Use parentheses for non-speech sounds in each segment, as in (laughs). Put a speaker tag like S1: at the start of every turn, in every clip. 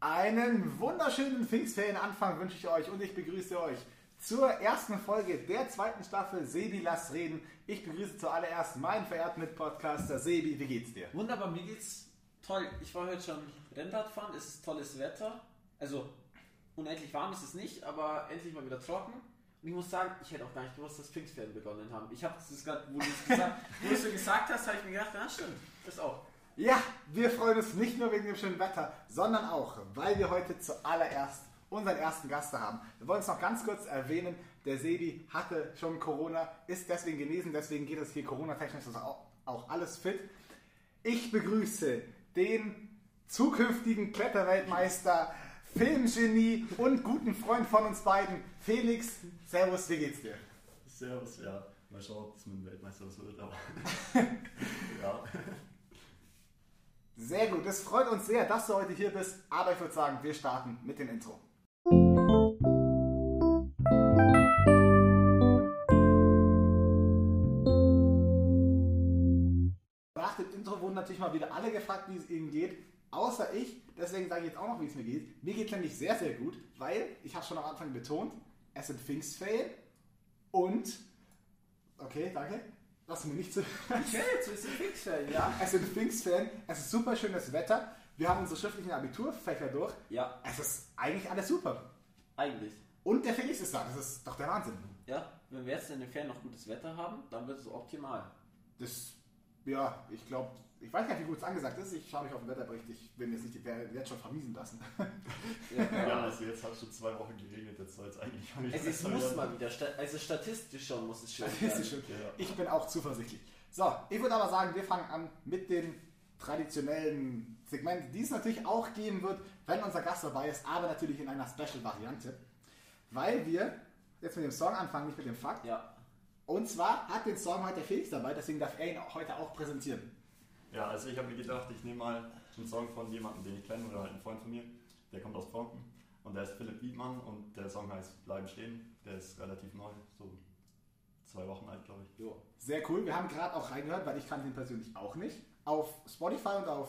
S1: Einen wunderschönen Pfingstferienanfang wünsche ich euch und ich begrüße euch zur ersten Folge der zweiten Staffel Sebi Lass reden. Ich begrüße zuallererst meinen verehrten Mitpodcaster Sebi. Wie geht's dir?
S2: Wunderbar, mir geht's toll. Ich war heute schon Rennrad fahren, es ist tolles Wetter. Also unendlich warm ist es nicht, aber endlich mal wieder trocken. Und ich muss sagen, ich hätte auch gar nicht gewusst, dass Pfingstferien begonnen haben. Ich habe das gerade, wo du es gesagt, wo du es so gesagt hast, habe ich mir gedacht, na stimmt, das auch.
S1: Ja, wir freuen uns nicht nur wegen dem schönen Wetter, sondern auch, weil wir heute zuallererst unseren ersten Gast da haben. Wir wollen es noch ganz kurz erwähnen, der Sebi hatte schon Corona, ist deswegen genesen, deswegen geht es hier Corona-technisch auch, auch alles fit. Ich begrüße den zukünftigen Kletterweltmeister, Filmgenie und guten Freund von uns beiden, Felix. Servus, wie geht's dir?
S3: Servus, ja. Mal schauen, ob es mit dem Weltmeister was wird, aber. ja.
S1: Sehr gut, es freut uns sehr, dass du heute hier bist. Aber ich würde sagen, wir starten mit dem Intro. Nach dem Intro wurden natürlich mal wieder alle gefragt, wie es ihnen geht. Außer ich, deswegen sage ich jetzt auch noch, wie es mir geht. Mir geht es nämlich sehr, sehr gut, weil, ich habe schon am Anfang betont, es sind Pfingstferien und. Okay, danke. Lass mich nicht zu. (laughs)
S2: Okay, jetzt ist es Pfingstferien, ja.
S1: Es sind Pfingstferien, es ist super schönes Wetter. Wir haben unsere schriftlichen Abiturfächer durch.
S2: Ja,
S1: Es ist eigentlich alles super.
S2: eigentlich.
S1: Und der Felix ist da, das ist doch der Wahnsinn.
S2: Ja, wenn wir jetzt in den Ferien noch gutes Wetter haben, dann wird es optimal.
S1: Das, ja, ich glaube, ich weiß gar nicht, wie gut es angesagt ist. Ich schaue mich auf den Wetterbericht, ich will mir jetzt nicht die Fer- jetzt schon vermiesen lassen. (laughs)
S3: Ja, also jetzt hat es schon zwei Wochen geregnet, jetzt soll es eigentlich mal
S2: Also es
S3: besser
S2: muss
S3: werden.
S2: mal wieder, sta- also statistisch schon muss es schön
S1: Das ist
S2: werden.
S1: schön.
S3: Ja.
S1: Ich bin auch zuversichtlich. So, ich würde aber sagen, wir fangen an mit dem traditionellen Segment, die es natürlich auch geben wird, wenn unser Gast dabei ist, aber natürlich in einer Special-Variante. Weil wir jetzt mit dem Song anfangen, nicht mit dem Fakt.
S2: Ja,
S1: Und zwar hat den Song heute der Felix dabei, deswegen darf er ihn auch heute auch präsentieren.
S3: Ja, also ich habe mir gedacht, ich nehme mal einen Song von jemandem, den ich kenne oder halt einen Freund von mir. Der kommt aus Franken und der ist Philipp Wiedmann und der Song heißt Bleiben stehen. Der ist relativ neu, so zwei Wochen alt, glaube ich.
S2: jo.
S1: Sehr cool. Wir haben gerade auch reingehört, weil ich kannte ihn persönlich auch nicht. Auf Spotify und auf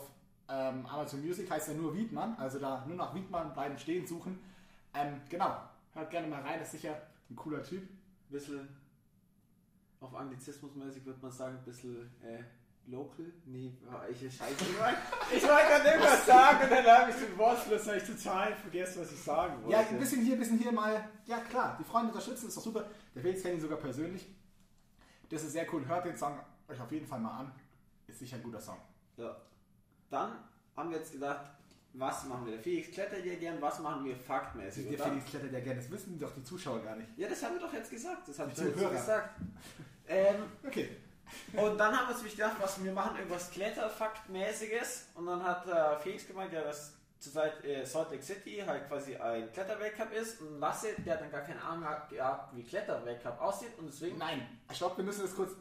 S1: ähm, Amazon Music heißt er nur Wiedmann. Also da nur nach Wiedmann bleiben stehen suchen. Ähm, genau. Hört gerne mal rein. Ist sicher ein cooler Typ.
S2: Ein bisschen auf Anglizismusmäßig würde man sagen, ein bisschen äh, local. Nee, war ich scheiße. Ich wollte ich wollte gerade irgendwas sagen und dann habe ich den Wortfluss hab ich total vergessen, was ich sagen wollte.
S1: Ja, ein bisschen hier, ein bisschen hier mal. Ja, klar. Die Freunde unterstützen. Ist doch super. Der Felix kennt ihn sogar persönlich. Das ist sehr cool. Hört den Song euch auf jeden Fall mal an. Ist sicher ein guter Song.
S2: Ja. Dann haben wir jetzt gedacht, was machen wir? Der Felix klettert ja gern, was machen wir faktmäßig?
S1: Der
S2: Und dann,
S1: Felix klettert ja gerne. Das wissen doch die Zuschauer gar nicht.
S2: ja, das haben wir doch jetzt gesagt. Das habe ich
S1: Die
S2: doch jetzt so
S1: Zuhörer.
S2: gesagt. Ähm,
S1: Okay.
S2: Und dann haben wir uns nämlich gedacht, was wir machen, irgendwas Kletterfaktmäßiges. Und dann hat äh, Felix gemeint, ja, dass zurzeit äh, Salt Lake City halt quasi ein Kletterweltcup ist. Und Lasse, der hat dann gar keine Ahnung gehabt, wie Kletterweltcup aussieht. Und deswegen,
S1: Nein, ich glaube, wir müssen das kurz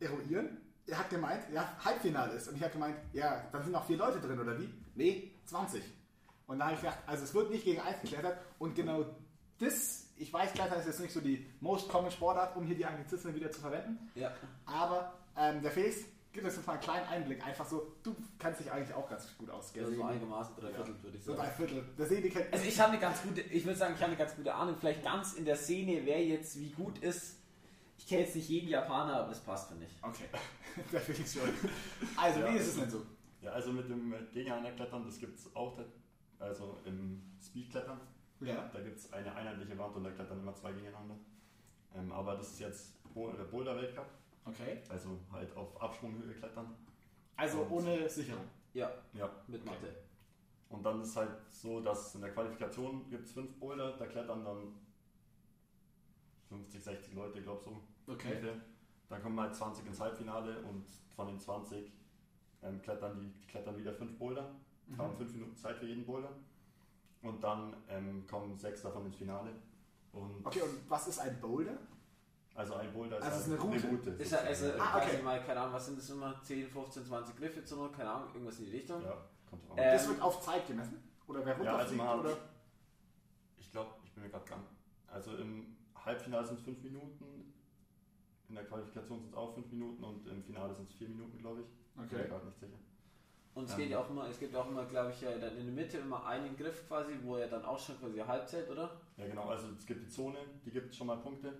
S1: eruieren. Er hat gemeint, ja, Halbfinale ist. Und ich habe gemeint, ja, da sind noch vier Leute drin, oder wie? Nee, 20. Und da habe ich gedacht, also es wird nicht gegen eins geklettert. Und genau das, ich weiß, Klettern ist jetzt nicht so die most common Sportart, um hier die Anglizismen wieder zu verwenden.
S2: ja,
S1: Aber ähm, der Felix gibt uns jetzt mal einen kleinen Einblick. Einfach so, du kannst dich eigentlich auch ganz gut aus. Gell?
S2: also so einigermaßen drei Viertel würde ich
S1: so
S2: sagen.
S1: drei Viertel. Der Sebi kennt
S2: Also ich habe eine ganz gute, ich würde sagen, ich habe eine ganz gute Ahnung, vielleicht ganz in der Szene, wer jetzt wie gut ist. Ich kenne jetzt nicht jeden Japaner, aber es passt, finde ich.
S1: Okay, (laughs) der Felix schon. Also,
S3: Ja.
S1: wie ist es denn so?
S3: Ja, also mit dem äh, Gegeneinander-Klettern, das gibt es auch, also im Speed-Klettern.
S1: Ja.
S3: Da gibt es eine einheitliche Wand und da klettern immer zwei gegeneinander. Ähm, aber das ist jetzt Bo- der Boulder-Weltcup,
S1: Okay.
S3: also halt auf Absprunghöhe klettern.
S1: Also ohne Sicherung.
S2: Ja,
S3: Ja,
S2: mit
S3: Okay.
S2: Mathe.
S3: Und dann ist halt so, dass in der Qualifikation gibt es fünf Boulder, da klettern dann 50, 60 Leute, glaub so.
S1: Okay.
S3: ungefähr. Dann kommen halt 20 ins Halbfinale und von den 20 ähm, klettern die, die klettern wieder fünf Boulder, haben fünf Minuten Zeit für jeden Boulder. Und dann ähm, kommen sechs davon ins Finale. Und
S1: Okay, und was ist ein Boulder?
S3: also ein Boulder ist,
S1: Also es ist eine Route?
S2: Ist ja, also,
S3: sozusagen.
S1: Ah, okay.
S2: weiß ich mal, keine Ahnung, was sind das immer? 10, 15, 20 Griffe zur Not, keine Ahnung, irgendwas in die
S1: Ah.
S2: Richtung.
S3: ja, kommt drauf an.
S2: Äh,
S1: Das
S2: Ähm,
S1: wird auf Zeit gemessen? Oder wer
S3: ja, also
S1: runterfliegt?
S3: man hat,
S1: oder?
S3: ich glaube, ich bin mir gerade dran. Also im Halbfinale sind es fünf Minuten, in der Qualifikation sind es auch fünf Minuten und im Finale sind es vier Minuten, glaube ich. Bin mir
S1: Okay.
S3: gerade nicht sicher.
S2: Und es
S3: Ja.
S2: geht ja auch immer, es gibt ja auch immer, glaube ich, ja dann in der Mitte immer einen Griff quasi, wo er dann auch schon quasi Halbzeit, oder?
S3: Ja, genau. Also es gibt die Zone, die gibt schon mal Punkte.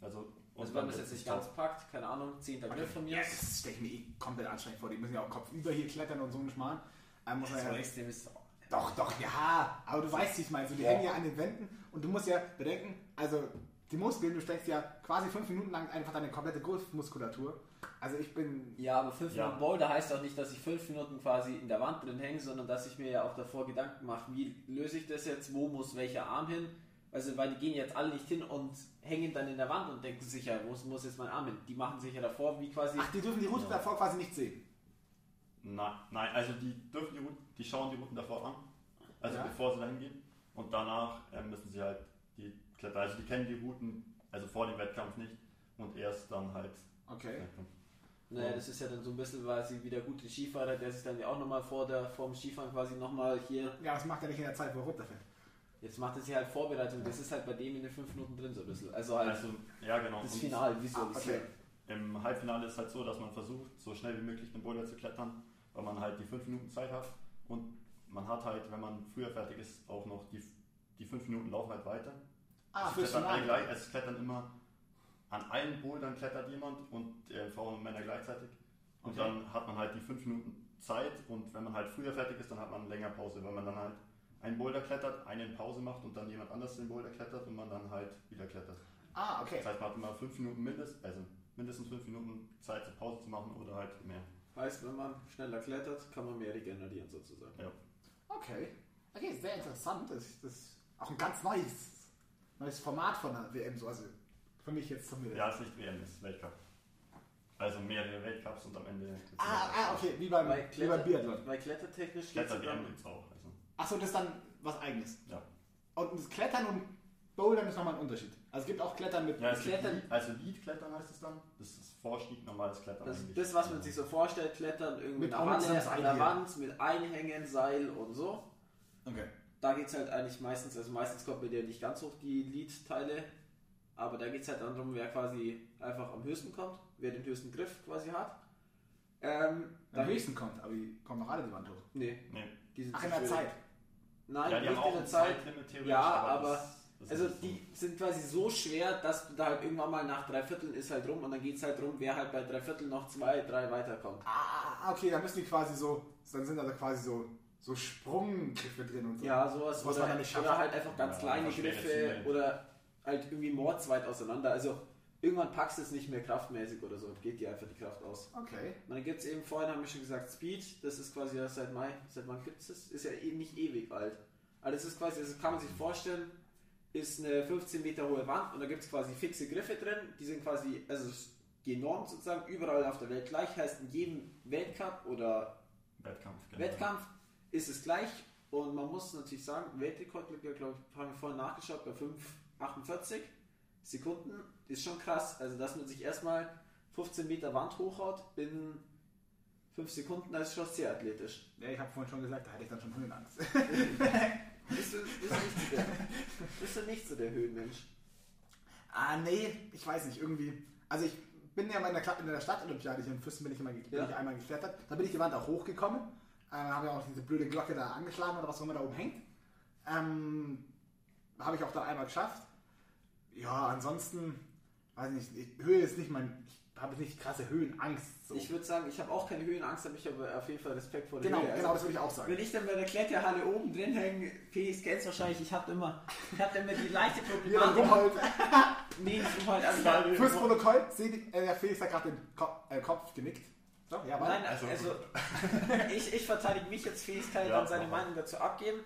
S3: Also, und
S2: Also wenn
S3: dann
S2: man es jetzt
S3: letztes
S2: nicht ganz packt, keine Ahnung, zehnter Griff von mir.
S1: Ja, das stelle ich mir eh komplett anstrengend vor. Die müssen ja auch kopfüber hier klettern und so einen Schmarrn. Ähm, muss man
S2: Das
S1: ja
S2: war extrem ist
S1: Doch, doch, ja. Aber du weißt, wie ich meine. So, die
S3: Ja.
S1: hängen ja an den Wänden und du musst ja bedenken, also die Muskeln, du steckst ja quasi fünf Minuten lang einfach deine komplette Griffmuskulatur. Also ich bin.
S2: Ja, aber 5
S3: Ja.
S2: Minuten Boulder heißt auch nicht, dass ich 5 Minuten quasi in der Wand drin hänge, sondern dass ich mir ja auch davor Gedanken mache, wie löse ich das jetzt, wo muss welcher Arm hin? Also, weil die gehen jetzt alle nicht hin und hängen dann in der Wand und denken sich ja, wo muss jetzt mein Arm hin? Die machen sich ja davor, wie quasi.
S1: Ach, die dürfen die Route
S3: Ja.
S1: davor quasi nicht sehen.
S3: Nein, nein, also die dürfen die Routen, die schauen die Routen davor an. Also
S1: Ja.
S3: bevor sie dahin gehen. Und danach ähm, müssen sie halt die Kletter, also die kennen die Routen, also vor dem Wettkampf nicht. Und erst dann halt.
S1: Okay.
S3: Wettkampf.
S2: Naja, das ist ja dann so ein bisschen quasi wie der gute Skifahrer, der sich dann ja auch nochmal vor der, vorm Skifahren quasi nochmal hier.
S1: Ja, das macht er nicht in der Zeit, wo er runterfällt.
S2: Jetzt macht es ja halt Vorbereitung, das ist halt bei dem in den 5 Minuten drin so ein bisschen. Also halt
S3: Also, ja genau.
S2: das
S3: Und
S2: Finale
S1: Ah, okay.
S2: visualisieren.
S3: Im Halbfinale ist es halt so, dass man versucht, so schnell wie möglich den Boulder zu klettern, weil man halt die 5 Minuten Zeit hat. Und man hat halt, wenn man früher fertig ist, auch noch die, die 5 Minuten laufen halt weiter.
S1: Ah,
S3: es,
S1: fürs
S3: klettern alle
S1: Finale.
S3: gleich, es klettern immer an allen Bouldern klettert jemand und äh, Frauen und Männer gleichzeitig.
S1: Okay.
S3: Und dann hat man halt die 5 Minuten Zeit und wenn man halt früher fertig ist, dann hat man länger Pause, weil man dann halt einen Boulder klettert, einen Pause macht und dann jemand anders den Boulder klettert und man dann halt wieder klettert.
S1: Ah, okay.
S3: Das heißt, man hat immer fünf Minuten mindestens, also mindestens fünf Minuten Zeit, zur Pause zu machen oder halt mehr.
S2: Heißt, wenn man schneller klettert, kann man mehr regenerieren sozusagen.
S3: Ja.
S1: Okay. Okay, sehr interessant. Das das ist auch ein ganz neues, neues Format von der WM. So. Also für mich jetzt zumindest.
S3: ja, es ist nicht WM, es ist Weltcup. Also mehrere Weltcups und am Ende.
S1: Ah, ah, okay, wie beim,
S2: Weil
S1: wie beim Biathlon.
S2: Kletter- Weil klettertechnisch
S3: Kletter
S2: geht's ja
S3: WM
S2: dann-
S3: gibt es auch. Also,
S1: Achso, das ist dann was Eigenes.
S3: ja.
S1: Und das Klettern und Bouldern ist nochmal ein Unterschied. Also es gibt auch Klettern mit.
S3: ja, es gibt
S2: Klettern-
S3: Lead, also Lead-Klettern heißt es dann. Das ist Vorstieg, normales Klettern.
S2: Das,
S3: eigentlich.
S2: das, was man sich so vorstellt, klettern irgendwie
S1: Mit
S2: mit einer
S1: Holz am
S2: Wanne,
S1: Seil
S2: an der
S1: hier.
S2: Wand, mit Einhängen, Seil und so.
S1: Okay.
S2: Da geht es halt eigentlich meistens, also meistens kommt mit der nicht ganz hoch die Lead-Teile, aber da geht es halt dann darum, wer quasi einfach am höchsten kommt, wer den höchsten Griff quasi hat. Ähm,
S1: Am
S2: da
S1: höchsten kommt, aber die kommen noch alle die Wand hoch.
S2: Nee,
S3: Nee.
S2: die sind
S1: Mhm. Ach,
S2: zu
S1: in der
S2: schwierig.
S1: Zeit.
S2: Nein,
S3: Ja, die haben
S2: nicht
S3: auch
S2: in
S3: ein
S2: der Zeit.
S3: Zeitlimit theoretisch.
S2: Ja, aber
S3: das- das
S2: Also
S3: ist
S2: die sind quasi so schwer, dass du da halt irgendwann mal nach drei Vierteln ist halt rum und dann geht es halt rum, wer halt bei drei Vierteln noch zwei, drei weiterkommt.
S1: Ah, okay, da müssen die quasi so. Dann sind also quasi so, so Sprunggriffe drin und so.
S2: Ja, sowas.
S1: Was
S2: Oder,
S1: man dann nicht schafft.
S2: oder halt einfach ganz
S3: Ja,
S2: kleine
S3: einfach schwere
S2: Griffe
S3: Ziele.
S2: oder halt irgendwie mordsweit auseinander. Also irgendwann packst du es nicht mehr kraftmäßig oder so und geht dir einfach die Kraft aus.
S1: Okay.
S2: Und dann gibt es eben, vorhin haben wir schon gesagt, Speed, das ist quasi erst seit Mai, seit wann gibt es das? Ist ja eh nicht ewig alt. Aber das ist quasi, das kann man sich vorstellen, ist eine 15 Meter hohe Wand und da gibt es quasi fixe Griffe drin, die sind quasi, also es ist genormt sozusagen, überall auf der Welt gleich, heißt in jedem Weltcup oder
S3: Wettkampf, genau.
S2: Wettkampf ist es gleich und man muss natürlich sagen, Weltrekord liegt ja, glaube ich, haben wir vorhin nachgeschaut, bei 5,48 Sekunden. Ist schon krass, also dass man sich erstmal 15 Meter Wand hochhaut in 5 Sekunden, das ist schon sehr
S1: (laughs)
S2: athletisch.
S1: Ja, ich habe vorhin schon gesagt, da hatte ich dann schon Höhenangst.
S2: Bist du, bist du, nicht, so der, bist du nicht so der Höhenmensch?
S1: ah, nee, ich weiß nicht, irgendwie. Also ich bin ja mal in der, Kla- in der Stadt Olympiade hier in Füssen bin ich, immer, ge- bin
S2: Ja.
S1: ich einmal geklettert. Da bin ich die Wand auch hochgekommen. Äh, habe ja auch diese blöde Glocke da angeschlagen oder was auch immer da oben hängt. Ähm, habe ich auch dann einmal geschafft. Ja, ansonsten, weiß nicht, ich, Höhe ist nicht mein, ich habe nicht krasse Höhenangst. So.
S2: Ich würde sagen, ich habe auch keine Höhenangst, aber ich habe auf jeden Fall Respekt vor der
S1: genau,
S2: Höhe. Also
S1: genau, das würde ich auch sagen.
S2: Wenn ich dann bei der Kletterhalle oben drin hänge, Felix kennt wahrscheinlich, ich habe immer, ich hab immer die leichte
S1: Hier dann
S2: Problematik. (laughs)
S1: rumholt.
S2: Nee, nicht Umhalt, also da,
S1: Fürs Protokoll, seht ihr, äh, der Felix hat gerade den Ko äh, Kopf genickt. So, ja, weiter.
S2: Nein, also, also (laughs) ich, ich verteidige mich jetzt Fähigkeit,
S3: Ja,
S2: dann seine
S3: mach mal.
S2: Meinung dazu abgeben.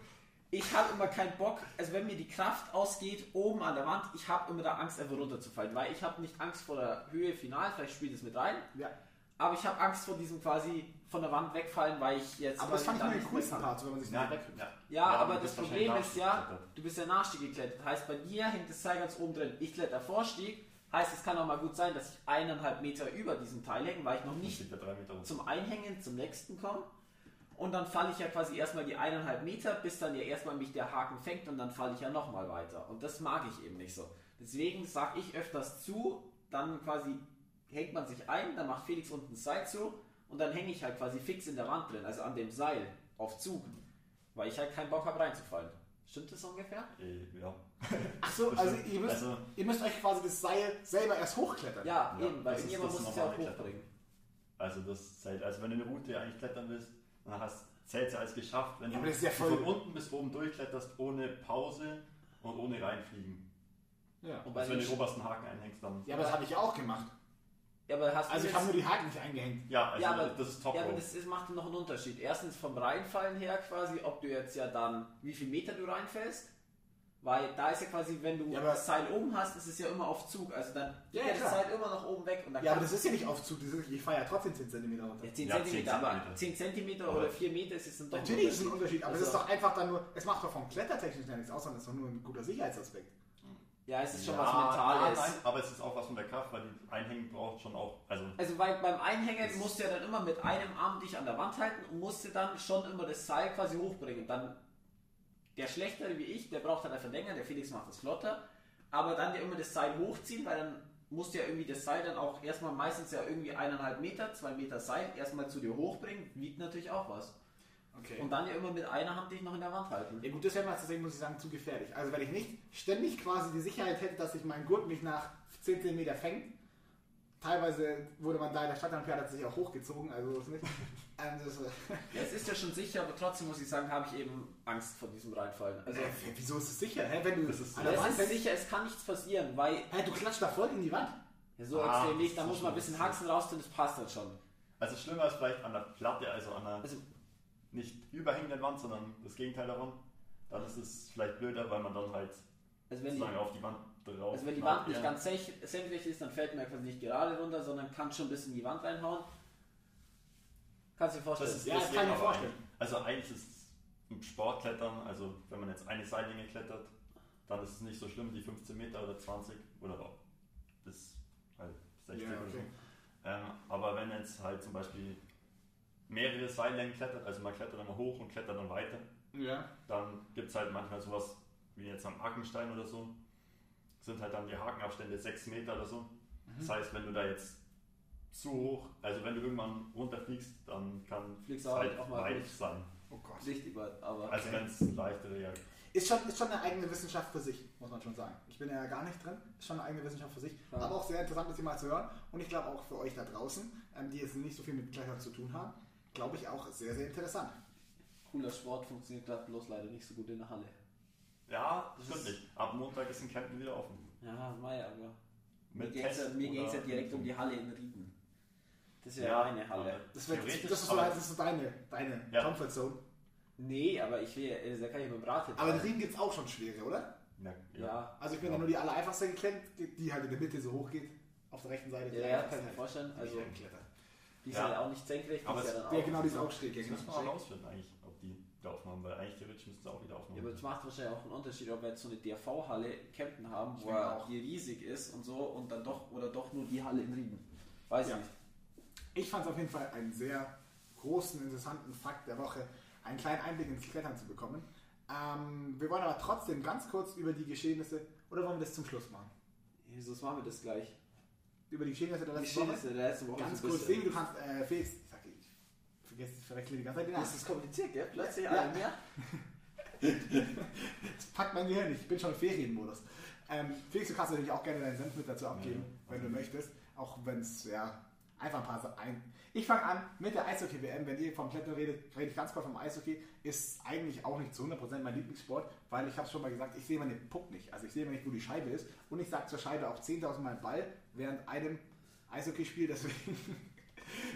S2: Ich habe immer keinen Bock, also wenn mir die Kraft ausgeht, oben an der Wand, ich habe immer da Angst, einfach runterzufallen, weil ich habe nicht Angst vor der Höhe final, vielleicht spielt es mit rein,
S1: Ja.
S2: aber ich habe Angst vor diesem quasi von der Wand wegfallen, weil ich jetzt...
S1: Aber das fand ich
S2: dann
S1: mal den
S2: nicht
S1: coolsten
S2: mehr-
S1: Part, so, wenn man sich
S3: Ja,
S1: so-
S3: ja.
S2: ja, aber
S3: du
S2: das
S3: bist
S2: Problem
S3: wahrscheinlich
S2: ist ja,
S3: Nachstieg,
S2: du bist ja Nachstieg geklettert. Heißt, bei dir hängt das Seil ganz oben drin. Ich kletter Vorstieg. Heißt, es kann auch mal gut sein, dass ich eineinhalb Meter über diesem Teil hänge, weil ich noch
S3: Alter.
S2: nicht
S3: Steht da drei Meter hoch.
S2: zum Einhängen zum nächsten kommen. Und dann falle ich ja quasi erstmal die eineinhalb Meter, bis dann ja erstmal mich der Haken fängt und dann falle ich ja nochmal weiter. Und das mag ich eben nicht so. Deswegen sage ich öfters zu, dann quasi hängt man sich ein, dann macht Felix unten Seil zu und dann hänge ich halt quasi fix in der Wand drin, also an dem Seil auf Zug, weil ich halt keinen Bock habe reinzufallen. Stimmt das ungefähr?
S3: Äh, ja.
S1: Ach so, also
S3: Bestimmt.
S1: ihr müsst,
S3: Also-
S1: ihr müsst euch quasi das Seil selber erst hochklettern.
S2: Ja,
S3: Ja,
S2: eben, weil
S3: das ist
S2: irgendjemand
S3: das
S2: muss es ja auch
S3: normale
S2: hochbringen.
S3: Also das zählt, also wenn du eine Route eigentlich klettern willst, dann hast zählt ja als geschafft, wenn
S1: Ja,
S3: du
S1: aber das ist ja voll-
S3: von unten bis oben durchkletterst, ohne Pause und ohne reinfliegen.
S1: Ja,
S2: Und bei
S3: Also wenn
S2: den
S3: du den obersten Haken einhängst, dann...
S1: ja aber das habe ich ja auch gemacht.
S2: ja, aber hast du
S1: Also ich
S2: jetzt-
S1: habe nur die Haken nicht eingehängt.
S3: Ja, also
S2: ja, aber,
S3: das ist top
S2: ja, aber
S3: Rope.
S2: das ist, macht noch einen Unterschied. Erstens vom Reinfallen her quasi, ob du jetzt ja dann, wie viel Meter du reinfällst. Weil da ist ja quasi, wenn du
S1: Ja, aber-
S2: das Seil oben hast, ist es ja immer auf Zug. Also dann
S1: Ja,
S2: geht
S1: ja,
S2: das
S1: klar.
S2: Seil immer nach oben weg. Und dann
S1: Ja, aber
S2: kann-
S1: das ist ja nicht auf Zug, das ist- ich fahre ja trotzdem 10 cm runter.
S2: ja, 10
S3: Ja, 10
S2: Zentimeter, aber
S3: Zentimeter.
S2: 10 Zentimeter
S3: Aber-
S2: oder 4 Meter ist es dann doch
S1: Natürlich ist es ein Unterschied, aber
S2: Also-
S1: es ist doch einfach dann nur, es macht doch vom Klettertechnisch ja nichts aus, sondern es ist doch nur ein guter Sicherheitsaspekt.
S2: Ja, es ist schon
S3: Ja,
S2: was Mentales.
S3: ah, nein, aber es ist auch was von der Kraft, weil die Einhängen braucht schon auch, also
S2: Also weil beim Einhängen musst du ja dann immer mit einem Arm dich an der Wand halten und musst du dann schon immer das Seil quasi hochbringen. Dann der Schlechtere wie ich, der braucht dann einfach länger, der Felix macht das flotter, aber dann ja immer das Seil hochziehen, weil dann musst du ja irgendwie das Seil dann auch erstmal meistens ja irgendwie eineinhalb Meter, zwei Meter Seil erstmal zu dir hochbringen, wiegt natürlich auch was.
S1: Okay.
S2: Und dann ja immer mit einer Hand dich noch in der Wand halten.
S1: Ja gut, das wäre mir tatsächlich, muss ich sagen, zu gefährlich. Also wenn ich nicht ständig quasi die Sicherheit hätte, dass sich mein Gurt mich nach 10 cm fängt, teilweise wurde man da in der Stadtolympiade sich auch hochgezogen, also das nicht. (laughs) Ähm, das, äh,
S2: Ja, es ist ja schon sicher, aber trotzdem muss ich sagen, habe ich eben Angst vor diesem Reinfallen. Also
S1: wieso ist es sicher? Hä, wenn du
S3: Das ist-
S1: an der Wand
S2: es ist
S1: fängst,
S2: sicher, es kann nichts passieren, weil
S1: hä, du klatscht da voll in die Wand.
S2: Ja, so
S3: Ah,
S2: extrem nicht, da
S3: das
S2: muss
S3: ist
S2: man ein
S3: schon
S2: bisschen
S3: lustig.
S2: haxen raus, denn das passt dann schon.
S3: also schlimmer ist vielleicht an der Platte, also an der
S2: Also,
S3: nicht überhängenden Wand, sondern das Gegenteil davon. Dann ist es vielleicht blöder, weil man dann halt
S2: also wenn die,
S3: sozusagen auf die Wand drauf.
S2: also wenn die Wand nicht ganz sech- senkrecht ist, dann fällt man ja quasi nicht gerade runter, sondern kann schon ein bisschen in die Wand reinhauen. Kannst du dir
S3: Das
S2: vorstellen?
S3: ist
S1: Ja, das
S3: deswegen
S1: kann ich mir
S3: aber
S1: vorstellen.
S3: ein- Also eigentlich ist es im Sportklettern, also wenn man jetzt eine Seillänge klettert, dann ist es nicht so schlimm, die 15 Meter oder 20 oder auch bis halt 60
S1: Ja,
S3: oder so.
S1: okay.
S3: Ähm, aber wenn jetzt halt zum Beispiel mehrere Seillängen klettert, also man klettert immer hoch und klettert dann weiter,
S1: Ja.
S3: dann gibt es halt manchmal sowas wie jetzt am Hakenstein oder so, sind halt dann die Hakenabstände 6 Meter oder so.
S1: Mhm.
S3: Das heißt, wenn du da jetzt zu hoch, also wenn du irgendwann runterfliegst, dann kann
S2: Fliegst
S3: es
S2: auch
S3: halt
S2: auch mal
S3: weit
S2: durch.
S3: sein.
S1: Oh Gott.
S2: Nicht über, aber.
S3: Also wenn es leichtere ja.
S1: Ist schon, ist schon eine eigene Wissenschaft für sich, muss man schon sagen. Ich bin ja gar nicht drin, ist schon eine eigene Wissenschaft für sich.
S2: Ja.
S1: Aber auch sehr interessant, das hier mal zu hören. Und ich glaube auch für euch da draußen, ähm, die jetzt nicht so viel mit Klettern zu tun haben, glaube ich auch sehr, sehr interessant.
S2: cooler Sport funktioniert gerade bloß leider nicht so gut in der Halle.
S3: Ja,
S2: Das
S3: stimmt
S2: ist-
S3: nicht. Ab Montag ist in Kempten wieder offen.
S2: Ja, mei, aber. Mir
S3: Mit
S2: ging es ja,
S3: Test
S2: mir ging's ja
S3: oder-
S2: direkt um die Halle in Rieden. Das ist ja,
S3: Ja,
S2: meine Halle.
S3: aber-
S1: Das, wär,
S3: Theoretisch,
S1: das ist so,
S3: aber-
S1: das
S2: halt-
S1: ist so deine, deine
S3: Ja.
S1: Comfort Zone.
S2: Nee, aber ich will ja, also da kann ich mit dem Rad
S1: Aber in Riemen gibt es auch schon schwere, oder?
S3: Ja, ja.
S2: Ja,
S1: Also ich bin ja.
S3: Ja.
S1: nur die aller einfachste geklemmt, die die halt in der Mitte so hoch geht, auf der rechten Seite.
S2: ja, ja, kann ich mir vorstellen.
S1: Also,
S2: Also,
S1: ja,
S2: die ist
S3: Ja.
S2: ja auch nicht senkrecht, die
S3: Aber
S2: ist ja
S3: es-
S2: dann auch.
S1: genau, die ist auch schräg. ja,
S3: Das
S1: genau.
S3: müssen wir mal rausfinden eigentlich, ob die wieder aufmachen, weil eigentlich theoretisch müssen sie auch wieder
S2: Ja, aber
S3: aufmachen.
S2: das macht wahrscheinlich auch einen Unterschied, ob wir jetzt so eine DRV-Halle in Kempten haben, wo
S1: denke
S2: er
S1: auch.
S2: die riesig ist und so und dann doch oder doch nur die Halle in Rieden. Weiß
S1: Ja.
S2: ich nicht.
S1: Ich fand es auf jeden Fall einen sehr großen, interessanten Fakt der Woche, einen kleinen Einblick ins Klettern zu bekommen. Ähm, wir wollen aber trotzdem ganz kurz über die Geschehnisse, oder wollen wir das zum Schluss machen?
S2: Jesus, machen wir das gleich.
S1: Über die Geschehnisse der
S2: Die
S1: letzten Woche.
S2: Geschehnisse der letzten Woche
S1: Ganz
S2: so ein
S1: kurz,
S2: bisschen.
S1: Sebi, du kannst, äh, Felix, ich sag, ich vergesse, ich verwechsel die ganze Zeit den
S2: Das
S1: Namen.
S2: ist kompliziert, gell? Plötzlich
S1: Ja.
S2: alle mehr.
S1: Das packt mein Gehirn nicht, ich bin schon im Ferienmodus. Ähm, Felix, du kannst natürlich auch gerne deinen Senf mit dazu abgeben,
S3: ja.
S1: wenn du möchtest, auch wenn es, ja, einfach ein paar Sachen ein. Ich fange an mit der Eishockey-WM, wenn ihr vom Klettern redet, rede ich ganz kurz vom Eishockey, ist eigentlich auch nicht zu 100% mein Lieblingssport, weil ich habe schon mal gesagt, ich sehe meinen Puck nicht, also ich sehe immer nicht, wo die Scheibe ist und ich sage zur Scheibe auch 10.000 Mal Ball während einem Eishockeyspiel, (laughs) deswegen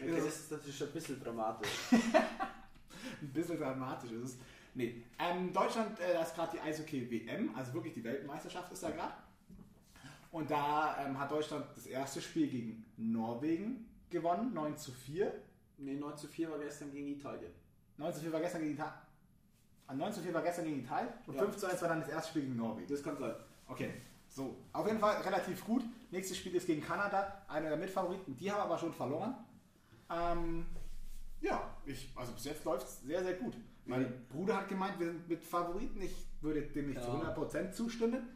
S2: Okay, das ist natürlich schon ein bisschen dramatisch.
S1: ein bisschen dramatisch ist es. Nee. Ähm, Deutschland, äh, da ist gerade die Eishockey-WM, also wirklich die Weltmeisterschaft ist da gerade. Und da ähm, hat Deutschland das erste Spiel gegen Norwegen gewonnen, 9 zu 4.
S2: Ne, 9 zu 4 war gestern gegen Italien.
S1: 9 zu 4 war gestern gegen Italien. 9 zu 4 war gestern gegen Italien und
S2: Ja.
S1: 5 zu 1 war dann das erste Spiel gegen Norwegen.
S2: Das kann sein.
S1: Okay, so. Auf jeden Fall relativ gut. Nächstes Spiel ist gegen Kanada, einer der Mitfavoriten. Die haben aber schon verloren. Ähm, ja, ich, also bis jetzt läuft es sehr, sehr gut. Mein Bruder hat gemeint, wir sind mit Favoriten. Ich würde dem nicht
S2: Mhm. Ja.
S1: zu 100% zustimmen.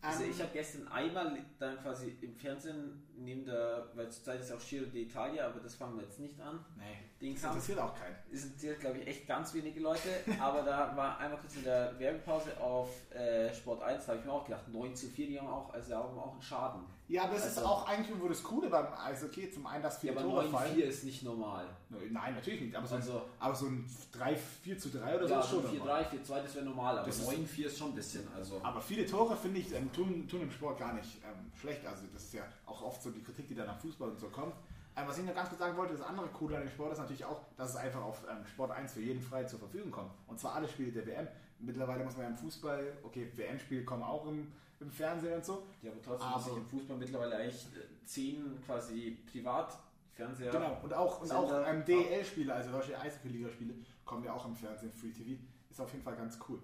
S2: Also
S1: Ähm,
S2: ich habe gestern einmal dann quasi im Fernsehen neben der, weil zurzeit ist auch Giro d'Italia, aber das fangen wir jetzt nicht an.
S1: nee,
S2: Den
S1: das
S2: Kampf
S1: interessiert auch keinen.
S2: es interessiert, glaube ich, echt ganz wenige Leute, (laughs) aber da war einmal kurz in der Werbepause auf äh, Sport 1, da habe ich mir auch gedacht, 9 zu 4, die haben auch, also da haben auch einen Schaden.
S1: Ja, aber es ist
S2: Also-
S1: auch eigentlich wohl das Coole beim Eishockey. Zum einen, dass viele
S2: Ja, aber
S1: Tore
S2: 9 zu
S1: fallen.
S2: 4 ist nicht normal.
S1: Nein, natürlich nicht. Aber so,
S2: Also-
S1: ein, aber so ein 3, 4 zu 3 oder
S2: Ja,
S1: so
S2: so
S1: ist schon.
S2: 4,
S1: normal.
S2: 3, 4, 2, das wäre normal, aber
S1: Das ist-
S2: 9, 4 ist schon ein bisschen, also.
S1: Aber viele Tore, finde ich, ähm, tun, tun im Sport gar nicht ähm, schlecht. Also das ist ja auch oft so die Kritik, die dann am Fußball und so kommt. Ähm, was ich noch ganz kurz sagen wollte, das andere Coole an dem Sport ist natürlich auch, dass es einfach auf ähm, Sport 1 für jeden frei zur Verfügung kommt. Und zwar alle Spiele der WM. Mittlerweile muss man ja im Fußball, okay, WM-Spiele kommen auch im, im Fernsehen und so.
S2: Ja, aber trotzdem
S1: Aber-
S2: muss ich im Fußball mittlerweile eigentlich äh, 10 quasi Privatfernseher.
S1: Genau, und auch, und
S2: Sender.
S1: auch ähm, DEL-Spiele, also solche Eishockey-Liga-Spiele, kommen ja auch im Fernsehen, Free TV. Ist auf jeden Fall ganz cool.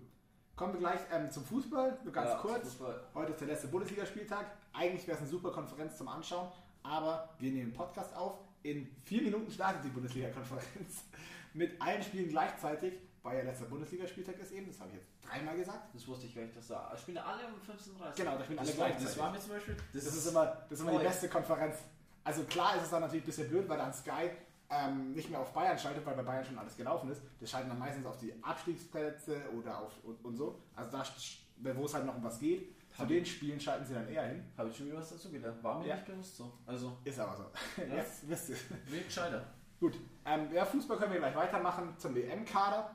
S1: Kommen wir gleich ähm, zum Fußball, nur ganz
S2: Ja,
S1: kurz.
S2: Fußball.
S1: Heute ist der letzte Bundesligaspieltag. Eigentlich wäre es eine super Konferenz zum Anschauen, aber wir nehmen den Podcast auf. In vier Minuten startet die Bundesliga-Konferenz (laughs) mit allen Spielen gleichzeitig, weil ja letzter Bundesligaspieltag ist eben, das habe ich jetzt dreimal gesagt.
S2: Das wusste ich gar nicht, dass da. Spielen alle um 15.30 Uhr.
S1: Genau, da spielen alle
S2: das war,
S1: gleichzeitig.
S2: Das war mir zum Beispiel.
S1: Das ist immer, das ist immer die
S2: Toll.
S1: beste Konferenz. Also klar ist es dann natürlich ein bisschen blöd, weil dann Sky ähm, nicht mehr auf Bayern schaltet, weil bei Bayern schon alles gelaufen ist. Das schalten dann meistens auf die Abstiegsplätze oder auf und, und so. Also da, sch- wo es halt noch um was geht. Zu
S2: Hab-
S1: den Spielen schalten sie dann eher hin.
S2: Habe ich schon wieder was dazu gelernt. War mir
S1: Ja.
S2: nicht bewusst so. Also,
S1: Ist aber so.
S2: Ja.
S1: (laughs) Jetzt wisst ihr.
S2: wild gescheiter.
S1: Gut, ähm, ja, Fußball können wir gleich weitermachen zum WM-Kader.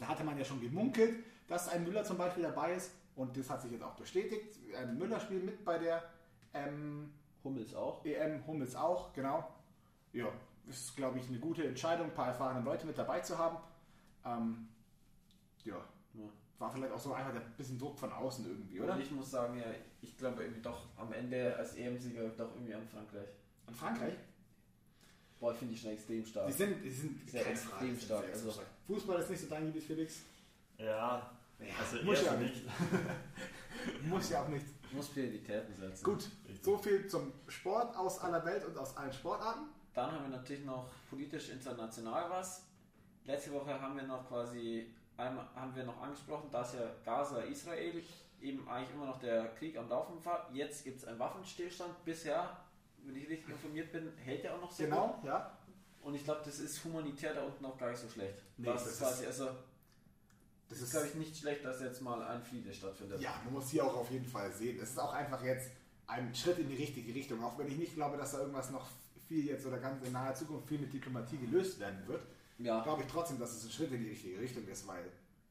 S1: Da hatte man ja schon gemunkelt, dass ein Müller zum Beispiel dabei ist und das hat sich jetzt auch bestätigt. Ähm, Müller spielt mit bei der ähm,
S2: Hummels auch.
S1: EM, Hummels auch, genau. Ja, ist, glaube ich, eine gute Entscheidung, ein paar erfahrene Leute mit dabei zu haben. Ähm, ja,
S2: Ja.
S1: war vielleicht auch so einfach der bisschen Druck von außen irgendwie,
S2: Oder?
S1: oder?
S2: Und ich muss sagen, ja, ich glaube irgendwie doch am Ende als EM-Sieger doch irgendwie an Frankreich.
S1: Und Frankreich?
S2: Boah, finde ich schon extrem stark.
S1: Die sind, die sind
S2: Sehr
S1: keine
S2: extrem
S1: Frage, die sind
S2: stark,
S1: sehr
S2: also-
S1: extrem stark. Fußball ist nicht so dein Gebiet, Felix.
S3: Ja, also
S1: muss
S3: muss
S1: ja
S3: nicht.
S1: Muss ja auch nicht.
S2: Muss Prioritäten setzen.
S1: Gut,
S3: Richtig.
S1: so viel zum Sport aus aller Welt und aus allen Sportarten.
S2: Dann haben wir natürlich noch politisch international was. Letzte Woche haben wir noch quasi einmal haben wir noch angesprochen, dass ja Gaza Israel eben eigentlich immer noch der Krieg am Laufen war. Jetzt gibt es einen Waffenstillstand. Bisher, wenn ich richtig informiert bin, hält er auch noch sehr gut.
S1: Genau, ja.
S2: Und ich glaube, das ist humanitär da unten auch gar nicht so schlecht.
S1: Nee,
S2: das
S1: das
S2: ist quasi, also
S1: Das
S2: das ist
S1: ist,
S2: glaube ich nicht schlecht, dass jetzt mal ein Friede stattfindet.
S1: ja, man muss hier auch auf jeden Fall sehen. Es ist auch einfach jetzt ein Schritt in die richtige Richtung. Auch wenn ich nicht glaube, dass da irgendwas noch viel jetzt oder ganz in naher Zukunft viel mit Diplomatie gelöst werden wird,
S2: Ja.
S1: glaube ich trotzdem, dass es ein Schritt in die richtige Richtung ist, weil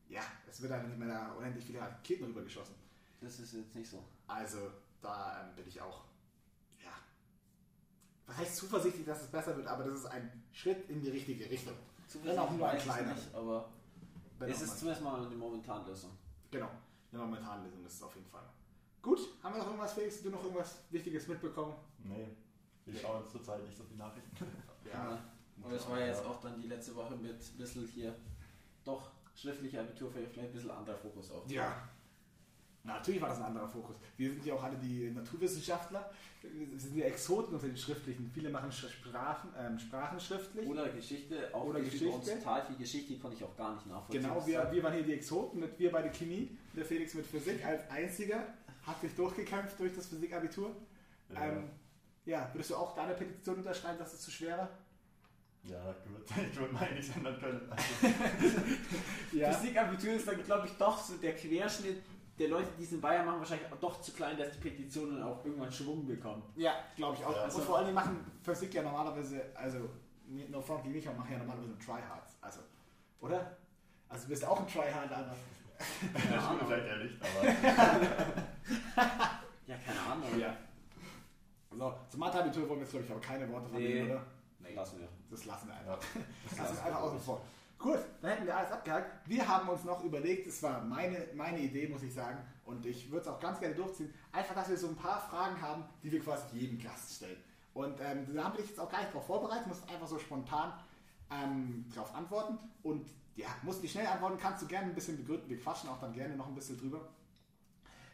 S1: ja, es wird einfach nicht mehr da unendlich viele Raketen rübergeschossen.
S2: das ist jetzt nicht so.
S1: Also da ähm, bin ich auch, ja, was heißt zuversichtlich, dass es besser wird, aber das ist ein Schritt in die richtige Richtung. Wenn auch nur ein
S2: weiß ich
S1: kleiner.
S2: Nicht, aber
S1: Wenn
S2: es
S1: auch
S2: ist
S1: mal-
S2: zumindest mal eine momentane Lösung.
S1: Genau, eine momentane Lösung ist es auf jeden Fall. Gut, haben wir noch irgendwas, Felix? Hast du noch irgendwas Wichtiges mitbekommen?
S3: Nee, wir schauen zurzeit nicht so viel Nachrichten.
S2: Ja. Aber es war ja jetzt auch dann die letzte Woche mit ein bisschen hier doch schriftliche Abitur, vielleicht ein bisschen anderer Fokus auch.
S1: Ja. Na, Natürlich war das ein anderer Fokus. Wir sind ja auch alle die Naturwissenschaftler. Wir sind ja Exoten unter den Schriftlichen. Viele machen Sch- Sprachen, ähm, Sprachen schriftlich.
S2: Oder Geschichte, auch
S1: Oder
S2: Geschichte. Und
S1: Geschichte.
S2: total viel Geschichte die konnte ich auch gar nicht nachvollziehen. halt
S1: genau, wir, wir waren hier die Exoten. Mit, wir beide Chemie. Der Felix mit Physik als einziger hat sich durchgekämpft durch das Physikabitur. Ja.
S3: Ja.
S1: Ähm, ja, würdest du auch deine Petition unterschreiben, dass es zu schwer war?
S3: Ja, gut, (laughs) ich würde mal nichts ändern
S2: (laughs)
S3: können. Also,
S2: Physikabitur ist dann, glaube ich, doch so der Querschnitt der Leute, die es in Bayern machen, wahrscheinlich doch zu klein, dass die Petitionen auch irgendwann Schwung bekommen.
S1: Ja, glaube ich auch.
S3: Ja.
S1: und vor allem die machen Physik ja normalerweise, also No Front gegen mich, aber machen ja normalerweise Tryhards. Also, oder? Also du bist auch ein Tryhard, aber
S3: das
S2: Ahnung.
S3: stimmt vielleicht eher nicht, aber
S2: Ja, keine Ahnung.
S1: ja. So, zum Mathe-Abitur wollen wir jetzt, glaube ich, aber keine Worte verlieren,
S2: Nee.
S1: oder?
S2: Lassen wir.
S1: Das lassen wir einfach.
S3: ja,
S1: Das ist einfach außen vor. Gut, dann hätten wir alles abgehakt. Wir haben uns noch überlegt, es war meine, meine Idee, muss ich sagen, und ich würde es auch ganz gerne durchziehen, einfach, dass wir so ein paar Fragen haben, die wir quasi jedem Gast stellen. Und ähm, da habe ich jetzt auch gar nicht drauf vorbereitet, muss einfach so spontan ähm, drauf antworten. Und ja, musst nicht schnell antworten, kannst du gerne ein bisschen begründen. Wir quatschen auch dann gerne noch ein bisschen drüber.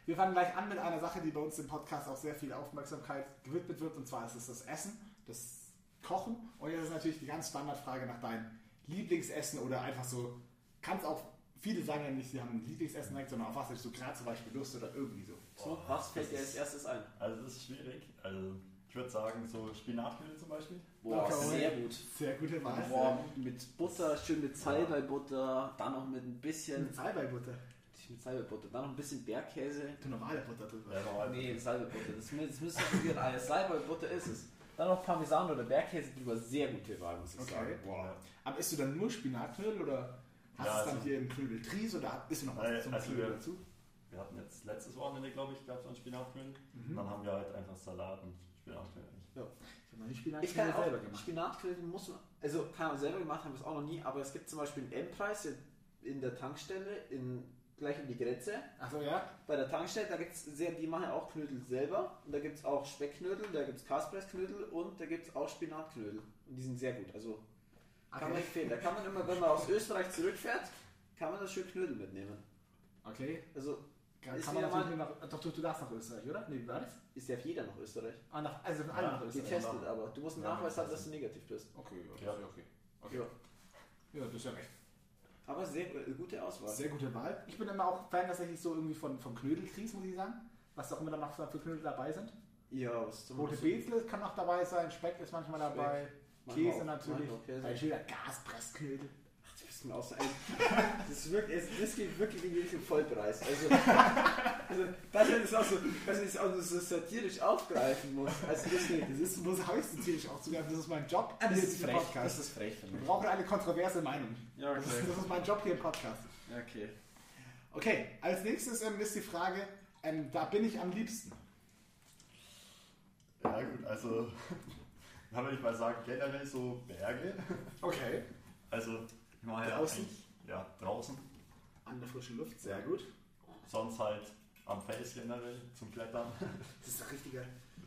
S1: Wir fangen gleich an mit einer Sache, die bei uns im Podcast auch sehr viel Aufmerksamkeit gewidmet wird, und zwar ist es das Essen, das Kochen. Und jetzt ist natürlich die ganz Standardfrage nach deinem Lieblingsessen oder einfach so, kann es auch Viele sagen ja nicht, sie haben ein Lieblingsessen direkt, sondern auf was hättest du gerade zum Beispiel Lust oder irgendwie so.
S2: So, was fällt dir als erstes ein?
S3: Also das ist schwierig. Also ich würde sagen, so Spinatknödel zum Beispiel.
S2: Boah,
S1: Danke,
S2: sehr gut.
S1: Sehr gute Wahl.
S2: Boah, mit Butter, schön mit Salbeibutter, dann noch mit ein bisschen,
S1: Mit Salbeibutter.
S2: nicht mit Salbeibutter, dann noch ein bisschen Bergkäse.
S1: Du normale Butter drüber.
S3: halt Ja, normal.
S2: Ah, Nee, Salbeibutter, das, mü- das müsste probieren. Alles Salbeibutter ist es. Dann noch Parmesan oder Bergkäse drüber, sehr gute Wahl, muss ich
S1: Okay.
S2: sagen.
S3: Boah.
S1: Aber isst du dann nur Spinatknödel oder hast
S3: Ja,
S1: du es dann
S3: also-
S1: hier im Knödel Tries oder isst du noch was
S2: Äh,
S3: Nein,
S1: zum
S3: also
S1: Knödel
S3: wir-
S1: dazu?
S3: Wir hatten jetzt letztes Wochenende, glaube ich, gab es einen Spinatknödel.
S4: Mhm.
S3: Und Dann haben wir halt einfach Salat und Spinatknödel.
S1: Ja. Ich habe noch nicht
S2: Ich kann
S1: Spinatknödel
S2: auch
S1: selber gemacht.
S2: Spinatknödel muss man, also kann man selber gemacht haben, das auch noch nie, aber es gibt zum Beispiel einen M-Preis in der Tankstelle, in, gleich um die Grenze.
S1: Achso, ja?
S2: Bei der Tankstelle, da gibt's sehr, die machen auch Knödel selber. Und da gibt es auch Speckknödel, da gibt es Kaspressknödel und da gibt es auch Spinatknödel. Und die sind sehr gut. Also kann man
S1: Okay.
S2: nicht fehlen. Da kann man immer, wenn man aus Österreich zurückfährt, kann man das schön Knödel mitnehmen.
S1: Okay.
S2: Also
S1: Kann,
S2: Ist
S1: kann man
S2: wieder
S1: natürlich nur nach, doch, du, du darfst nach Österreich, oder? Nee, wie war das?
S2: ist ja jeder nach Österreich.
S1: Ah, nach, also von allen
S3: Ja,
S1: nach Österreich.
S2: Getestet aber. Du musst einen
S3: Ja,
S2: Nachweis haben,
S3: getestet.
S2: dass du negativ bist.
S1: Okay, ja, das
S3: Ja.
S1: ist ja okay. Okay.
S2: Ja.
S1: Ja, das ist ja recht.
S2: Aber sehr äh, gute Auswahl.
S1: Sehr gute Wahl. Ich bin immer auch Fan tatsächlich so irgendwie von, von Knödelkries, muss ich sagen. Was auch immer da noch für Knödel dabei sind.
S2: ja, was zum
S1: Rote Beetle kann auch dabei sein, Speck ist manchmal dabei,
S2: Manchmal
S1: Käse
S2: auch-
S1: natürlich.
S2: manchmal auch Käse.
S1: Da ist wieder Gaspressknödel.
S2: Ach, du bist mir aus. (laughs) Das, ist wirklich, es- das geht wirklich in Richtung Vollpreis. (laughs) Also, also dass man das auch so, dass man das auch so satirisch aufgreifen muss. Also, das geht.
S1: Das ist, muss habe ich natürlich auch zugeben, das ist mein Job hier in diesem Podcast.
S2: ist frech für
S1: Wir brauchen eine kontroverse Meinung.
S2: Ja,
S1: Das ist, das ist mein Job hier im Podcast.
S2: Okay.
S1: Okay, als nächstes ähm, ist die Frage, ähm, da bin ich am liebsten.
S3: Ja gut, also (laughs) da würde ich mal sagen, generell so Berge.
S1: Okay.
S3: Also ich mache ja
S1: Draußen?
S3: eigentlich- Ja, draußen.
S1: An der frischen Luft, sehr gut.
S3: Sonst halt am Fels generell zum Klettern.
S1: Das ist doch richtiger.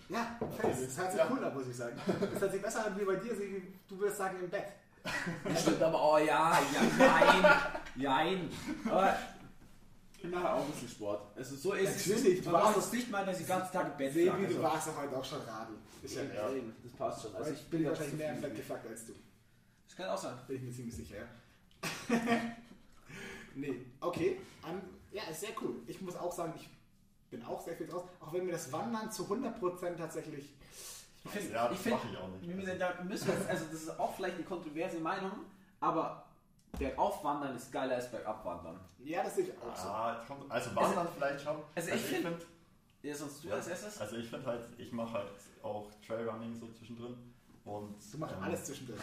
S1: Ja, Fels, das hört sich cool an, muss ich sagen. Das hört sich besser an wie bei dir, Sigi. du würdest sagen im Bett.
S2: Stimmt, aber oh ja, ja, nein, nein. Aber ich mache auch ein bisschen Sport. Also so ist es.
S1: Natürlich, du
S4: Man
S1: warst
S4: braucht es nicht mal, dass die ganzen Tage im Bett
S1: Sebi,
S4: lag,
S1: du
S4: also.
S1: warst doch heute auch schon Radl. Ist ja
S2: Eben,
S1: recht.
S2: eben, Das passt schon.
S1: Also
S2: Also
S1: ich bin
S2: glaub,
S1: wahrscheinlich
S2: das
S1: mehr im
S2: ist
S1: Bett
S2: viel.
S1: gefuckt als du.
S4: Das kann auch sein.
S1: Bin ich mir ziemlich sicher, ja. (laughs) nee, okay. Ähm, ja, ist sehr cool. Ich muss auch sagen, ich bin auch sehr viel draus. Auch wenn mir das Wandern zu 100% tatsächlich...
S4: Ich find,
S3: Ja,
S4: ich
S3: das
S4: find,
S3: mache ich auch
S4: wir
S3: nicht.
S4: müssen
S3: Also,
S4: da-
S2: Müssen wir jetzt, also das ist auch vielleicht eine kontroverse Meinung, aber Bergaufwandern ist geiler als Bergabwandern.
S1: Ja, das sehe ich auch so.
S3: ah, es kommt, also Wandern vielleicht schon.
S4: also ich find-
S3: find-
S2: Ja, sonst du
S3: Ja.
S2: als erstes?
S3: Also ich finde halt, ich mache halt auch Trailrunning so zwischendrin. Und,
S1: Du machst
S3: ähm,
S1: alles zwischendrin.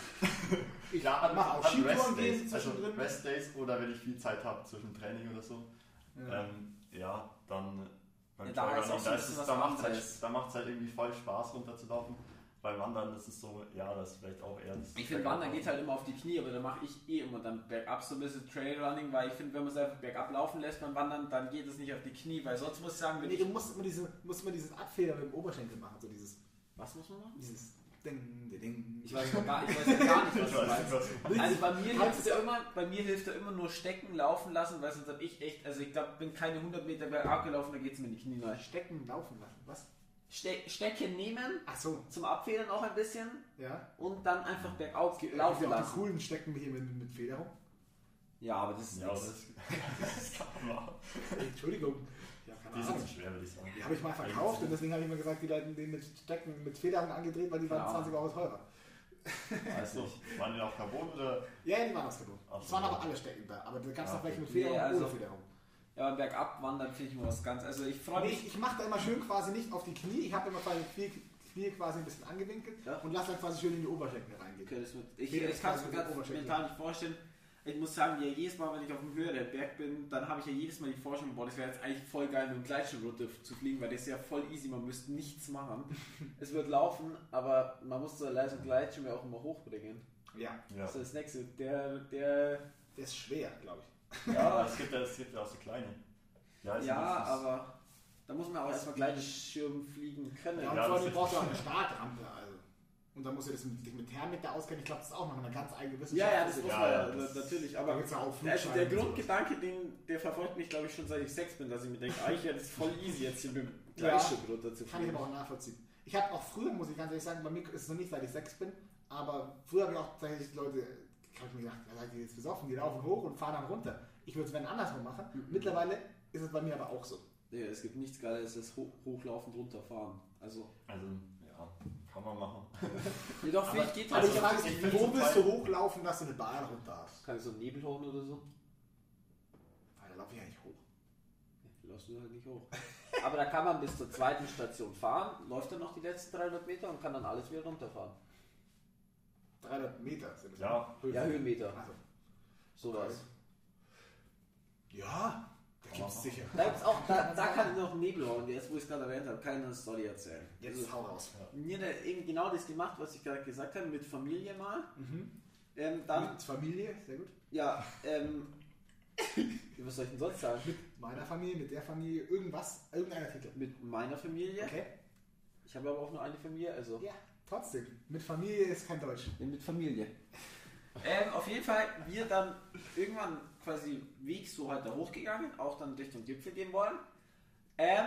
S3: Ich ja,
S1: mach auch Skitouren gehen
S3: Rest Days, also
S1: zwischendrin.
S3: Rest Days oder wenn ich viel Zeit habe zwischen Training oder so. Ja, ähm, ja dann beim
S2: Ja, da ist auch
S3: Trailrunning,
S2: so
S3: da
S2: ein
S3: ist
S2: bisschen
S3: es-
S2: was
S3: da macht es
S2: anderes.
S3: halt, da macht's halt irgendwie voll Spaß runterzulaufen. Beim Wandern ist es so, ja, das ist vielleicht auch eher das
S2: Ich finde, Wandern geht halt immer auf die Knie, aber da mache ich eh immer dann bergab so ein bisschen Trailrunning, weil ich finde, wenn man es einfach bergab laufen lässt beim Wandern, dann geht es nicht auf die Knie, weil sonst muss ich sagen, wenn
S1: Nee, du
S2: ich...
S1: musst immer, diese, musst immer dieses Abfedern mit dem Oberschenkel machen. So dieses...
S2: (laughs) Was muss man machen?
S1: Dieses... Ding, ding, ding.
S2: Ich
S3: (laughs)
S2: weiß ja gar, ich weiß ja gar nicht, was
S3: Ich
S2: du
S3: weiß nicht,
S2: meinst.
S3: was du meinst.
S2: Also bei mir,
S1: Kannst
S2: hilft
S1: du-
S2: ja immer, bei mir hilft da immer nur stecken, laufen lassen, weil sonst habe ich echt, also ich glaube, bin keine 100 Meter bergab gelaufen, da geht es mir in die Knie rein.
S1: Stecken, laufen lassen. Was?
S2: Ste Stecken nehmen,
S1: Ach so,
S2: zum Abfedern auch ein bisschen
S1: ja.
S2: und dann einfach bergauf
S1: Äh,
S2: laufen
S1: wir haben auch die
S2: lassen.
S1: coolen Stecken hier mit, mit Federung. (laughs)
S2: Ja, aber das ist
S3: Ja, aber
S2: nichts.
S3: das, das ist (laughs) aber,
S1: Ey, Entschuldigung. Ja, keine
S3: Die sind
S1: Ahnung.
S3: zu schwer, würde ich sagen.
S1: Die habe ich mal verkauft und deswegen habe ich immer gesagt, die Leute die mit Stecken, mit Federn angedreht, weil die waren
S2: Ja.
S1: 20 Euro teurer.
S2: Weiß
S3: So,
S2: nicht.
S3: waren die auch Carbon oder?
S1: Ja, ja, die waren ausgelobt.
S3: Ach
S1: Es
S3: so.
S1: waren aber alle Stecken da, aber da gab es
S3: Ja,
S1: noch welche mit
S2: okay.
S1: Federung
S2: Nee, also-
S1: ohne Federung.
S2: Ja, beim bergab wandern finde ich immer was ganz. Also ich freue
S1: Nee,
S2: mich.
S1: ich, ich mache da immer schön quasi nicht auf die Knie, ich habe immer quasi die Knie, Knie quasi ein bisschen angewinkelt
S2: Ja.
S1: und lasse dann quasi schön in die Oberschenkel reingehen.
S2: Okay, das wird, ich
S1: Nee, das
S2: ich kann es
S1: kann
S2: mir
S1: ich
S2: ganz
S1: mit dem
S2: mental nicht vorstellen. Ich muss sagen, ja, jedes Mal, wenn ich auf einem höheren Berg bin, dann habe ich ja jedes Mal die Vorstellung, boah, das wäre jetzt eigentlich voll geil, mit dem Gleitschirmrunde zu fliegen, weil das ist ja voll easy, man müsste nichts machen. es wird laufen, aber man muss so leider so einen Gleitschirm ja auch immer hochbringen.
S1: Ja,
S3: Ja.
S2: Das ist das Nächste. Der, der
S1: der ist schwer, glaube ich.
S3: Ja, aber es gibt ja, es gibt ja auch so kleine. Ja, ist-
S2: Ja,
S3: ist-
S2: aber da muss man auch erstmal Gleitschirm fliegen können.
S1: Ja, und
S3: Ja,
S1: vor
S3: das
S1: allem
S3: ist-
S1: brauchst du auch eine Startrampe. Also. Und dann musst du das mit, dich mit Thermik da auskennen, ich glaube, das ist auch noch eine ganz eigene Wissenschaft.
S2: Ja, ja, das muss
S3: Ja,
S2: man
S3: ja,
S2: ja,
S3: das-
S2: natürlich.
S1: da
S2: Aber
S1: gibt's ja auch
S2: also der
S1: Flugscheiben und
S2: Grundgedanke, den, der verfolgt mich, glaube ich, schon seit ich sechs bin, dass ich mir denke, eigentlich wäre das voll easy, jetzt hier mit dem
S1: Kann
S2: Gleitschirm
S1: ich
S2: runterzufliegen.
S1: aber auch nachvollziehen. Ich habe auch früher, muss ich ganz ehrlich sagen, bei mir ist es noch nicht, seit ich sechs bin, aber früher habe ich auch tatsächlich Leute, habe ich mir gedacht, ja, seid ihr jetzt besoffen, die laufen hoch und fahren dann runter. Ich würde es wenn andersrum machen. Mittlerweile ist es bei mir aber auch so.
S2: Digga, es gibt nichts Geiles als hoch, hochlaufend runterfahren. Also,
S3: Also, ja, kann man machen.
S2: jedoch,
S3: Aber-
S2: vielleicht geht
S1: Aber
S2: halt
S3: Also,
S1: ich frage mich,
S3: ich bin
S1: wo
S3: zum
S1: willst
S3: Teil-
S1: du hochlaufen, dass du eine Bahn runter hast?
S2: Kann ich so ein Nebelhorn oder so?
S1: Weil da laufe ich ja nicht hoch.
S2: Lass du halt nicht hoch. Aber da kann man bis zur zweiten Station fahren, läuft dann noch die letzten 300 Meter und kann dann alles wieder runterfahren.
S1: 300 Meter sind es.
S3: Ja,
S2: Ja, Höhenmeter.
S1: Also,
S2: Sowas.
S1: ja, da gibt es
S3: Aber-
S1: sicher.
S2: Da gibt's auch, da, da kann ich noch Nebelhorn, jetzt wo ich es gerade erwähnt habe, keine Story erzählen. Also,
S1: Jetzt hau raus.
S2: Mir da eben genau das gemacht, was ich gerade gesagt habe, mit Familie mal. Ähm, dann,
S1: Mhm. Mit Familie, sehr gut.
S2: ja, ähm, (laughs) was soll ich denn sonst sagen?
S1: Mit meiner Familie, mit der Familie, irgendwas, irgendeiner Titel.
S2: Mit meiner Familie.
S1: Okay?
S2: Ich habe aber auch nur eine Familie, also.
S1: Ja, trotzdem. Mit Familie ist kein Deutsch.
S2: Ja, mit Familie. Ähm, auf jeden Fall, wir dann irgendwann quasi Weg so halt da hochgegangen, auch dann Richtung Gipfel gehen wollen. Ähm,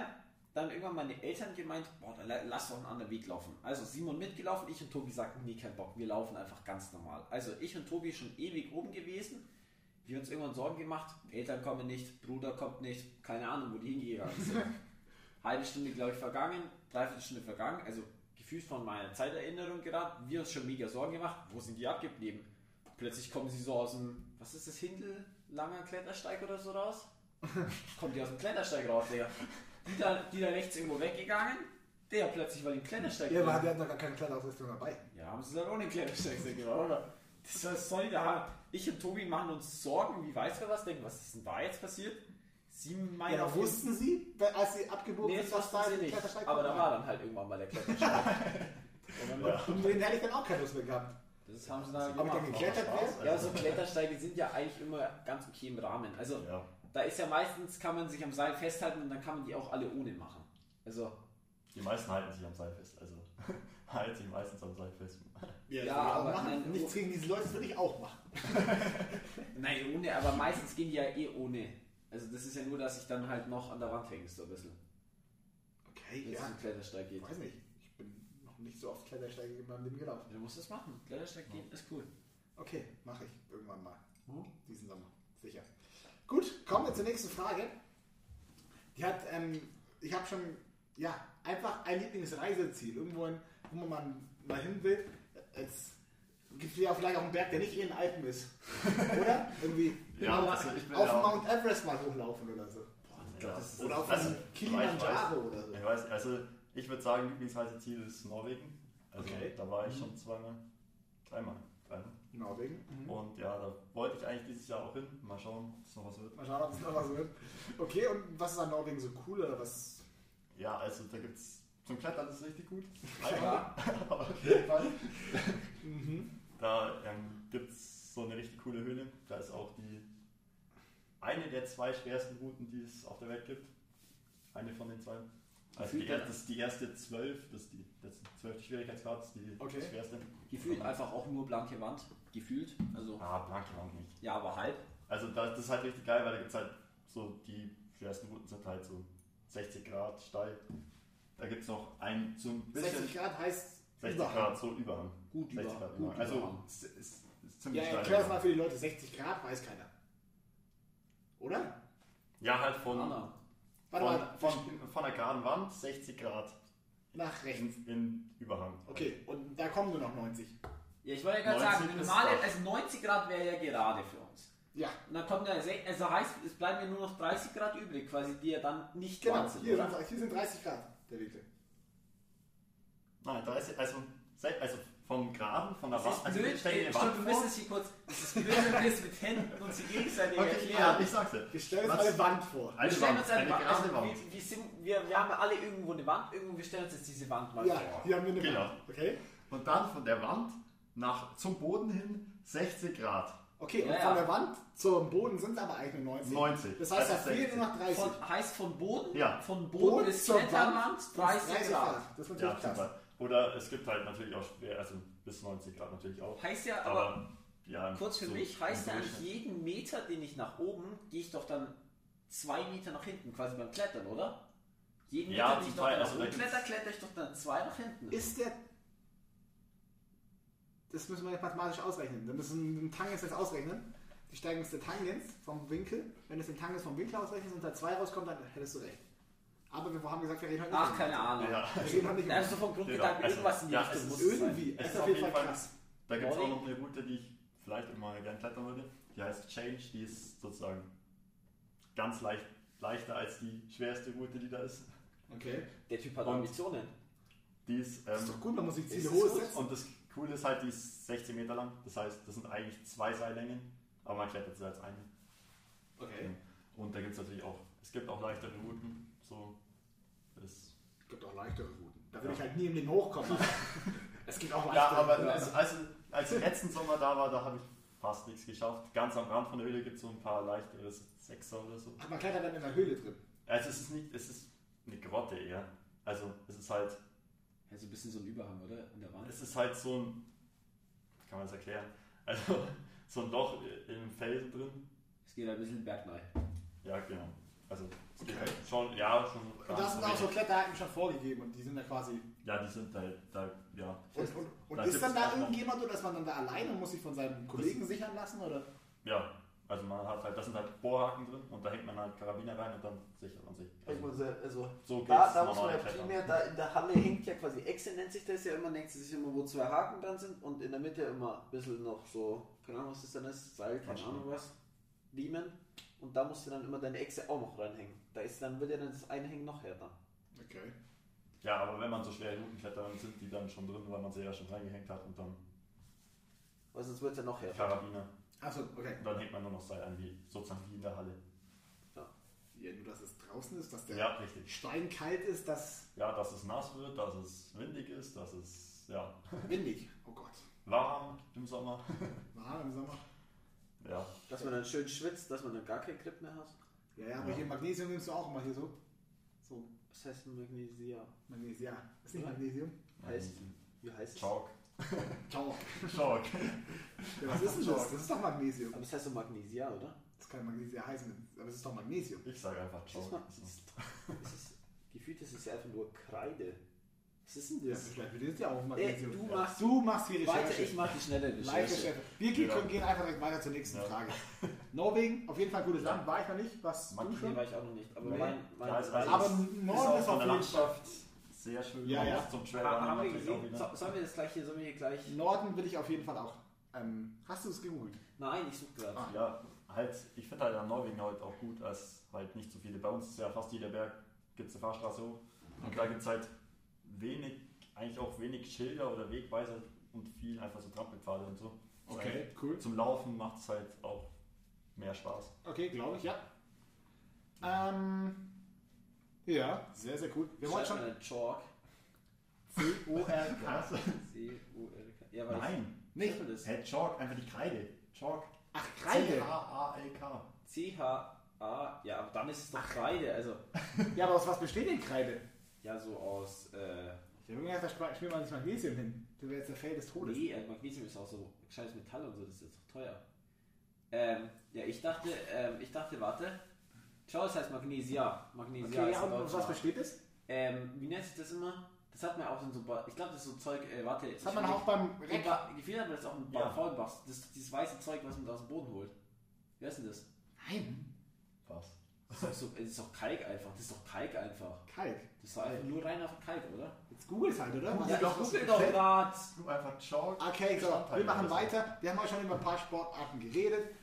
S2: dann irgendwann meine Eltern gemeint, boah, dann la- lass doch einen anderen Weg laufen. Also Simon mitgelaufen, ich und Tobi sagten, nee, kein Bock, wir laufen einfach ganz normal. Also ich und Tobi schon ewig oben gewesen, wir uns irgendwann Sorgen gemacht, Eltern kommen nicht, Bruder kommt nicht, keine Ahnung, wo
S1: (laughs)
S2: die hingegangen sind. Halbe Stunde, glaube ich, vergangen, dreiviertel Stunde vergangen, also gefühlt von meiner Zeiterinnerung gerade, wir uns schon mega Sorgen gemacht, wo sind die abgeblieben? Plötzlich kommen sie so aus dem, was ist das, Hindellanger Klettersteig oder
S1: (laughs)
S2: so raus? Kommt die aus dem Klettersteig raus, Digga. Die da, die da rechts irgendwo weggegangen, der plötzlich war den Klettersteig.
S1: Ja,
S2: drin.
S1: aber hat- der hat noch gar keine Kletterausrüstung dabei.
S2: Ja, haben sie dann ohne Klettersteigse gemacht, genau, oder? Das war solide Hand. Ich und Tobi machen uns Sorgen, wie weiß wer was, denken, was ist denn da jetzt passiert? Sie meinen
S1: Ja,
S2: auf jeden-
S1: wussten sie, als sie abgebogen
S2: Nee,
S1: sind,
S2: das wussten sie nicht. Aber da war dann halt irgendwann mal der Klettersteig.
S1: (laughs)
S2: Und dann-
S3: Ja.
S1: Und den hätte ich dann auch keine Lust mehr gehabt.
S2: Das haben sie dann
S1: Aber der
S2: gemacht.
S1: geklettert wäre?
S2: Ja, so Klettersteige sind ja eigentlich immer ganz okay im Rahmen. Also
S3: Ja,
S2: da ist ja meistens, kann man sich am Seil festhalten und dann kann man die auch alle ohne machen. Also,
S3: die meisten halten sich am Seil fest. Also, (laughs) halten sich meistens am Seil fest.
S2: Ja, aber
S1: machen.
S2: nein,
S1: nichts
S2: oh.
S1: gegen diese Leute, das würde ich auch machen.
S2: nein, ohne, aber meistens gehen die ja eh ohne. Also das ist ja nur, dass ich dann halt noch an der Wand hänge, so ein bisschen.
S1: Okay,
S2: Wenn es um Klettersteig geht.
S1: Ich weiß nicht. Ich bin noch nicht so oft Klettersteige in meinem Leben gelaufen.
S2: Du musst das machen. Klettersteig gehen ist cool.
S1: Okay, mache ich irgendwann mal.
S3: Hm?
S1: Diesen Sommer. Sicher. Gut, kommen wir zur nächsten Frage. Die hat, ähm, ich habe schon, ja, einfach ein Lieblingsreiseziel. Irgendwo, hin, wo man mal hin will. Jetzt gibt es ja vielleicht auch einen Berg, der nicht in den Alpen
S3: (laughs)
S1: ist. oder? Irgendwie
S3: Ja,
S1: auf,
S3: also ich bin
S1: auf
S3: ja auch-
S1: Mount Everest mal hochlaufen oder so.
S3: Ja,
S1: Oder auf
S3: also,
S1: den Kilimanjaro
S3: ich weiß-
S1: oder so.
S3: Ich weiß, also ich würde sagen, Lieblingsreiseziel ist Norwegen. Also
S1: Okay.
S3: da war ich schon zweimal, dreimal, dreimal.
S1: Norwegen.
S3: Und ja, da wollte ich eigentlich dieses Jahr auch hin. Mal schauen, ob es noch was wird.
S1: Mal schauen, ob es noch was wird. Okay, und was ist an Norwegen so cool oder was?
S3: Ja, also da gibt's zum Klettern ist es richtig gut.
S1: Klar.
S3: (laughs) Aber auf jeden Fall. Mhm. Da ähm, gibt es so eine richtig coole Höhle. Da ist auch die eine der zwei schwersten Routen, die es auf der Welt gibt. Eine von den zwei. Also die,
S2: Gefühlt,
S3: er- das ist die erste 12, das ist die, das ist die 12. Schwierigkeitsgrad, das ist die
S1: Okay.
S3: schwerste.
S2: Gefühlt einfach auch nur blanke Wand. Gefühlt. Also,
S3: Ah, blanke Wand nicht.
S2: ja, aber halb.
S3: Also da, das ist halt richtig geil, weil da gibt es halt so, die schwersten Routen sind halt so 60 Grad steil. Da gibt es noch ein, so ein bisschen
S1: 60 Grad heißt
S3: 60
S1: Überhang.
S3: Grad, so Überhang.
S2: Gut
S3: 60
S2: über-
S3: Grad
S2: gut
S3: Überhang. Also
S2: Überhang.
S3: es ist, ist ziemlich
S1: Ja, erklär das
S3: steil.
S1: mal für die Leute. 60 Grad weiß keiner. Oder?
S3: Ja, halt von,
S2: Anna.
S1: Warte
S3: von,
S1: mal,
S3: von, von der geraden Wand 60 Grad
S1: nach rechts.
S3: in, in Überhang.
S1: Okay, und da kommen nur noch 90.
S2: Ja, ich wollte ja gerade
S3: 90
S2: sagen,
S3: ist
S2: normale,
S3: doch-
S2: also 90 Grad wäre ja gerade für uns.
S1: Ja,
S2: Und dann kommt ja, sech- also heißt, es bleiben ja nur noch 30 Grad übrig, quasi, die ja dann nicht
S1: genau.
S2: 20,
S1: Hier
S2: oder?
S1: sind, hier sind 30 Grad, der Winkel.
S3: Nein, da ist also, se- also vom geraden, von der
S2: Das
S3: Wand.
S2: ist
S3: Also
S2: blöd,
S3: stell dir
S2: ey,
S3: eine
S2: stopp, wir
S3: Wand vor.
S2: müssen es hier kurz, es ist blöd, wenn wir es mit Händen uns hier gegenseitig
S3: Okay, ja,
S2: erklären.
S3: ich sag's dir.
S1: Wir stellen uns
S3: Was?
S1: eine Wand vor.
S2: Wir
S3: Eine
S2: stellen
S3: Wand,
S2: uns
S3: eine
S2: eine Wand,
S3: gerade
S2: also
S3: Wand.
S2: wir, wir, sind, wir, wir haben ja alle irgendwo eine Wand, irgendwo, wir stellen uns jetzt diese Wand mal
S1: Ja,
S2: vor.
S1: hier haben wir eine
S3: Genau.
S1: Wand. Okay,
S3: Und dann von der Wand nach zum Boden hin 60 Grad.
S1: okay und
S2: Ja,
S1: von
S2: ja.
S1: der Wand zum Boden sind es aber eigentlich nur 90.
S3: 90.
S1: Das heißt, da
S3: Also
S1: fehlen nur noch 30.
S2: Von, heißt von Boden,
S3: Ja.
S2: von
S1: Boden
S2: Boden bis
S1: zur
S2: Kletterwand
S1: sind
S2: 30, Grad.
S1: Das ist
S3: Ja,
S1: natürlich
S3: zum
S1: krass.
S3: Beispiel. Oder es gibt halt natürlich auch schwer, also bis 90 Grad natürlich auch.
S2: Heißt ja
S3: aber,
S2: aber
S3: ja,
S2: Kurz für
S3: so
S2: mich heißt
S3: im
S2: ja eigentlich
S3: Durchschnitt.
S2: jeden Meter, den ich nach oben, gehe ich doch dann zwei Meter nach hinten, quasi beim Klettern, oder? Jeden
S3: Ja,
S2: Meter, den
S3: zum
S2: ich noch
S3: Teil,
S2: nach
S3: also da
S2: oben
S3: gibt's-
S2: kletter, kletter ich doch dann zwei nach hinten.
S1: Ist der. Das müssen wir jetzt mathematisch ausrechnen. Da müssen wir den Tang jetzt ausrechnen. die Steigung des Tangens vom Winkel. Wenn du es den Tangens vom Winkel ausrechnest und da 2 rauskommt, dann hättest du recht. Aber wir haben gesagt, wir reden heute nicht.
S2: Ach,
S1: über-
S2: keine Ahnung.
S3: Ja.
S1: Wir reden heute nicht.
S2: Da
S1: über-
S2: hast du vom Grundgedanken
S3: Ja, also,
S2: irgendwas in die
S3: ja, es
S2: Richtung.
S3: ist
S2: muss es sein.
S1: Irgendwie.
S3: Es
S1: Es ist auf jeden Fall krass.
S3: Da gibt es auch
S2: Boring.
S3: noch eine Route, die ich vielleicht immer gern klettern würde. Die heißt Change, die ist sozusagen ganz leicht, leichter als die schwerste Route, die da ist.
S1: Okay.
S2: Der Typ hat
S3: Und-
S2: Ambitionen.
S3: Die ist, ähm,
S1: Das ist doch gut, man muss sich
S2: Ist
S1: Ziele
S2: es
S1: hohes
S2: gut?
S1: setzen.
S3: und das Coole ist halt, die ist 16 Meter lang. Das heißt, das sind eigentlich zwei Seillängen, aber man klettert sie als eine.
S1: Okay.
S3: Und da gibt es natürlich auch, es gibt auch leichtere Routen. So, das
S1: gibt auch leichtere Routen. Da würde
S3: Ja.
S1: ich halt nie im Leben hochkommen. es gibt auch
S3: Ja,
S1: leichtere
S3: aber
S1: Routen.
S3: also, als,
S1: (laughs)
S3: als ich letzten Sommer da war, da habe ich fast nichts geschafft. Ganz am Rand von der Höhle gibt es so ein paar leichtere Sechser oder so.
S1: Aber Also, man klettert dann in der Höhle drin.
S3: Also es ist nicht, es ist eine Grotte eher. Also es ist halt,
S2: Ja, so ein bisschen so ein Überhang, oder? An der Wand.
S3: es ist halt so ein, kann man das erklären? Also (laughs) so ein Loch im Felsen drin.
S2: Es geht ein bisschen bergneu.
S3: Ja, genau. Also es geht
S1: Okay.
S3: schon, ja, schon.
S1: Und da sind
S3: ganz
S1: auch so
S3: wenig.
S1: Kletterhaken schon vorgegeben und die sind da quasi.
S3: Ja, die sind halt, da, ja.
S1: Und, und, und
S3: Da
S1: ist
S3: gibt's
S1: dann da
S3: auch noch-
S1: irgendjemand oder ist man dann da alleine und muss sich von seinen Kollegen sichern lassen? Oder?
S3: Ja, also man hat halt, da sind halt Bohrhaken drin und da hängt man halt Karabiner rein und dann sichert man sich.
S5: Ich
S3: Also,
S5: muss ja- also
S3: so geht's
S5: da, da muss man
S3: normal
S5: ja
S3: klettern.
S5: primär, da in der Halle hängt ja quasi Echse, nennt sich das ja immer, denkt sie sich immer, wo zwei Haken dran sind und in der Mitte immer ein bisschen noch so, keine Ahnung, was das dann ist, Seil, keine
S3: Maschinen.
S5: Ahnung was, Riemen und da musst du dann immer deine Echse auch noch reinhängen. Da ist dann, wird ja dann das Einhängen noch härter.
S1: Okay.
S3: Ja, aber wenn man so schwere Routen klettert, dann sind die dann schon drin, weil man sie ja schon reingehängt hat und dann
S5: Weil sonst wird es ja noch härter.
S3: Karabiner.
S1: Achso, Also, okay.
S3: Und dann hängt man nur noch Seil an, wie, sozusagen wie in der Halle.
S1: Ja, nur dass es draußen ist, dass der
S3: Ja, richtig.
S1: Stein kalt ist, das
S3: Ja, dass es nass wird, dass es windig ist, dass es ja,
S1: windig. Oh Gott.
S3: warm im Sommer.
S1: Warm im Sommer.
S3: Ja,
S5: Dass man dann schön schwitzt, dass man dann gar keinen Grip mehr hat.
S1: Ja, ja, aber
S3: Ja.
S1: hier Magnesium nimmst du auch immer hier so. So,
S5: Was heißt Magnesia?
S1: Magnesium. Ja. Ist nicht Magnesium?
S5: Heißt, wie heißt es?
S3: Chalk.
S1: Ciao.
S3: Chalk.
S1: Ja, was ist denn das? Das ist doch Magnesium.
S5: Aber es heißt so Magnesia, oder?
S1: Das kann Magnesium heißen, aber es ist doch Magnesium.
S3: Ich sage einfach
S5: Ist
S3: Chalk.
S5: man, ist,
S2: Oh, (laughs)
S5: ist es, gefühlt ist es ja einfach nur Kreide. Was ist denn
S1: Das
S5: das?
S1: ist vielleicht wir sind ja auch Magnesium.
S5: Ey, du
S1: ja.
S5: machst-
S1: du machst die
S5: Weiter,
S1: Recherche.
S5: ich mache die schnelle
S1: Live
S5: Recherche.
S1: Recherche. Wir gehen,
S3: Ja.
S1: können gehen einfach direkt weiter zur nächsten
S3: Ja.
S1: Frage. Norwegen, auf jeden Fall ein gutes
S3: Ja.
S1: Land, war ich noch nicht. Was du
S3: Manche
S1: schon?
S2: Nee, also war ich auch noch nicht. Aber
S1: Nee.
S2: mein, mein
S3: Ja, ist reich.
S1: Aber
S3: Ist
S1: Norden ist
S3: von
S1: auf
S3: der
S1: jeden Fall.
S3: Landschaft sehr schön.
S1: Ja,
S3: Man
S1: ja.
S3: muss Zum Trail
S2: Ha- haben wir
S3: natürlich auch
S2: gesehen?
S3: wieder.
S2: So, sollen wir das gleich hier, sollen wir hier gleich.
S1: Norden will ich auf jeden Fall auch. Ähm, hast du es gegoogelt?
S2: Nein, ich suche gerade.
S1: Ah.
S3: Ja, halt, ich finde halt an Norwegen halt auch gut, als halt nicht so viele. Bei uns ist ja fast jeder Berg, gibt es eine Fahrstraße hoch. Und da gibt es halt wenig, eigentlich auch wenig Schilder oder Wegweiser und viel einfach so Trampelpfade und so.
S1: Okay, Äh, cool.
S3: Also zum Laufen macht es halt auch mehr Spaß.
S1: Okay, glaube ich, ja. Ähm, ja, sehr, sehr cool. Wir wollen
S2: Schreibt
S1: schon
S2: man dann Chalk.
S1: C-O-R-K.
S2: C-U-L-K. Ja, weil
S3: Nein,
S2: ich.
S1: Nicht.
S2: Nicht.
S3: hey, Chalk, einfach die Kreide. Chalk.
S1: Ach, Kreide.
S3: C-H-A-L-K.
S2: C-H-A. Ja, aber dann ist es doch Kreide. Also,
S1: Ja, aber aus was besteht denn Kreide?
S2: ja, so aus. Äh,
S1: Ich habe mir gedacht, da spielt man nicht Magnesium hin. Du wärst der Fell des Todes.
S2: nee, äh, Magnesium ist auch so gescheites Metall und so, das ist jetzt doch teuer. Ähm, ja, ich dachte, ähm, ich dachte, warte. Schau, es heißt Magnesia. Magnesia
S1: Okay,
S2: ist
S1: ja, und
S2: ein
S1: aus
S2: deutscher
S1: was
S2: Name.
S1: besteht es?
S2: Ähm, wie nennt sich das immer? Das hat man auch in so. Ba ich glaube, das ist so Zeug. Äh, warte.
S1: Das hat man auch beim Reck.
S2: Gefühlt hat man das auch im
S3: Ja.
S2: ja. Faulbach. Das, dieses weiße Zeug, was man da aus dem Boden holt. Wie heißt denn das?
S1: Nein,
S3: Was?
S2: Das ist doch, so, das ist doch Kalk einfach. Das ist doch Kalk einfach.
S1: Kalk.
S2: Das ist doch einfach nur rein auf Kalk, oder?
S1: Jetzt googelt halt, oder? Was
S2: Ja,
S1: ist
S2: ich
S1: das?
S2: google doch grad.
S3: Du einfach Chalk.
S1: Okay, so,
S3: Bestandteile
S1: wir machen
S3: oder so.
S1: weiter. Wir haben heute schon über ein paar Sportarten geredet.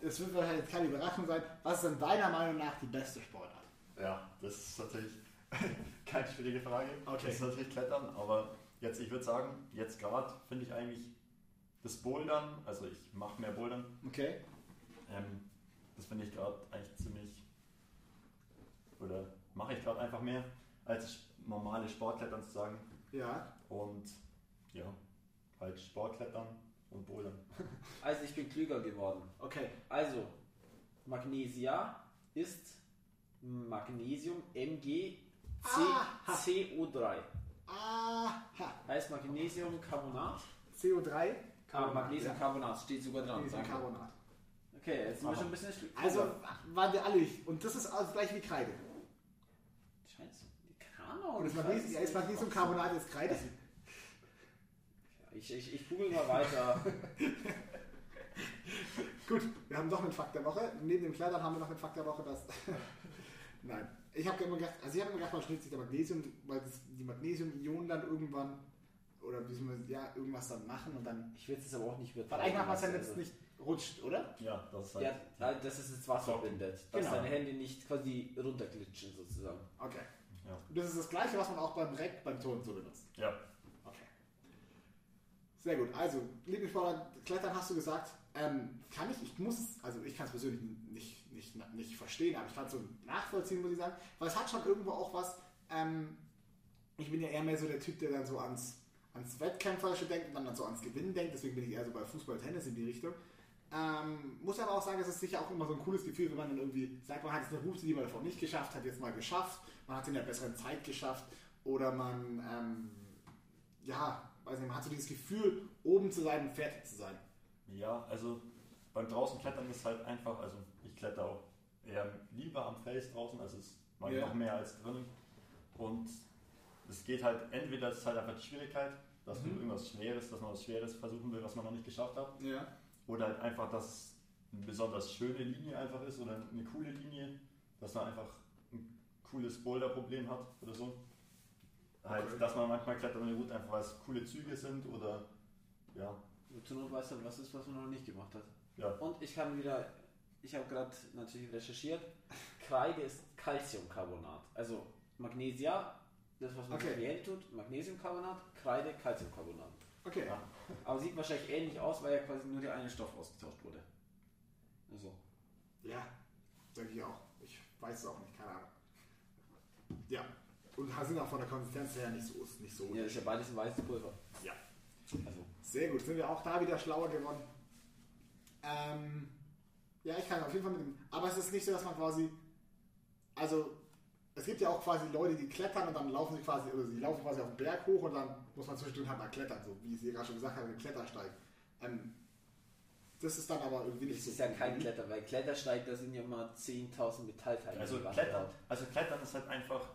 S1: Es wird wahrscheinlich keine Überraschung sein. Was ist denn deiner Meinung nach die beste Sportart?
S3: Ja, das ist natürlich (laughs) keine schwierige Frage.
S1: Okay.
S3: Das ist natürlich Klettern, aber jetzt, ich würde sagen, jetzt gerade finde ich eigentlich das Bouldern, also ich mache mehr Bouldern,
S1: Okay.
S3: ähm, das finde ich gerade eigentlich ziemlich, oder mache ich gerade einfach mehr, als das normale Sportklettern zu sagen.
S1: Ja.
S3: Und ja, halt Sportklettern und Bouldern.
S2: Also, ich bin klüger geworden.
S1: Okay.
S2: Also, Magnesia ist Magnesium MG
S1: Ah.
S2: CO3.
S1: Aha.
S2: Heißt Magnesiumcarbonat.
S1: CO3.
S2: Ah,
S1: Carbonat, ja.
S2: Magnesiumcarbonat steht sogar dran.
S1: Magnesium,
S2: Danke.
S1: Carbonat.
S2: Okay, jetzt sind wir
S3: Aber-
S2: schon ein bisschen schlimm.
S1: Also waren wir alle nicht. Und das ist also gleich wie Kreide.
S2: Scheiße. Keine Ahnung.
S1: Und ist
S2: ich
S1: Magnesium,
S2: Oh, weiß
S1: ja, ist
S2: nicht.
S1: Magnesium Carbonat jetzt Kreide?
S2: Ich, ich, ich google mal weiter.
S1: Gut, wir haben doch einen Fakt der Woche. Neben dem Kleidern haben wir noch einen Fakt der Woche, dass. (laughs) Nein. Ich habe immer gedacht, also ich habe immer gedacht, man schnitt sich da Magnesium, weil das, die Magnesium-Ionen dann irgendwann oder beziehungsweise, ja, irgendwas dann machen und dann.
S5: Ich will es aber auch nicht
S1: Weil
S5: übertreiben.
S1: eigentlich macht man es ja
S5: also.
S1: jetzt nicht rutscht, oder?
S3: Ja, das ist halt.
S2: Ja, halt, dass es ins Wasser bindet. Dass
S1: Genau.
S2: deine Hände nicht quasi runterglitschen sozusagen.
S1: Okay.
S3: Ja.
S1: Und Das ist das gleiche, was man auch beim Reck beim Ton so benutzt.
S3: ja.
S1: Okay. Sehr gut. Also, Lieblingssportler, Klettern hast du gesagt. Ähm, kann ich, ich muss es, also ich kann es persönlich nicht, nicht, nicht verstehen, aber ich kann es so nachvollziehen, muss ich sagen. Weil es hat schon irgendwo auch was, ähm, ich bin ja eher mehr so der Typ, der dann so ans, ans Wettkämpferische denkt und dann, so ans Gewinnen denkt. Deswegen bin ich eher so bei Fußball, Tennis in die Richtung. Ähm, muss aber auch sagen, es ist sicher auch immer so ein cooles Gefühl, wenn man dann irgendwie sagt, man hat jetzt eine Route, die man davon nicht geschafft hat, jetzt mal geschafft. Man hat in der besseren Zeit geschafft. Oder man, ähm, ja, weiß nicht, man hat so dieses Gefühl, oben zu sein und fertig zu sein.
S3: Ja, also beim draußen klettern ist halt einfach, also ich kletter auch eher lieber am Fels draußen, also es mag ich
S1: Ja.
S3: noch mehr als drinnen. Und es geht halt, entweder ist es halt einfach die Schwierigkeit, dass
S1: Mhm.
S3: du irgendwas Schweres, dass man was Schweres versuchen will, was man noch nicht geschafft hat.
S1: Ja.
S3: Oder halt einfach, dass es eine besonders schöne Linie einfach ist oder eine coole Linie, dass man einfach ein cooles Boulder-Problem hat oder so.
S1: Okay.
S3: Halt, dass man manchmal klettert eine Route einfach, weil es coole Züge sind oder ja,
S2: Und zur Not weißt du, was ist, was man noch nicht gemacht hat.
S3: ja,
S2: Und ich kann wieder, ich habe gerade natürlich recherchiert, Kreide ist Calciumcarbonat. Also Magnesia, das was man
S1: Okay.
S2: okay. Hände tut, Magnesiumcarbonat, Kreide, Calciumcarbonat.
S1: Okay.
S3: Ja.
S2: Aber sieht wahrscheinlich ähnlich aus, weil ja quasi nur der eine Stoff ausgetauscht wurde. Also,
S1: Ja, denke ich auch. Ich weiß es auch nicht, keine Ahnung. Ja. Und sind auch von der Konsistenz her nicht so, ist nicht so.
S2: ja, das ist ja beides ein weißes Pulver.
S1: Ja.
S2: Also,
S1: Sehr gut, sind wir auch da wieder schlauer geworden. Ähm, ja, ich kann auf jeden Fall mit dem. Aber es ist nicht so, dass man quasi. Also, es gibt ja auch quasi Leute, die klettern und dann laufen sie quasi, oder sie laufen quasi auf den Berg hoch und dann muss man zwischendurch halt mal klettern, so wie ich es gerade schon gesagt habe, mit dem Klettersteig. Ähm, das ist dann aber irgendwie nicht
S2: das
S1: so.
S2: ist ja kein Kletter, weil Klettersteig, da sind ja immer 10.000 Metallteile.
S3: Also
S2: die Wand
S3: Klettern,
S2: baut.
S3: also Klettern ist halt einfach,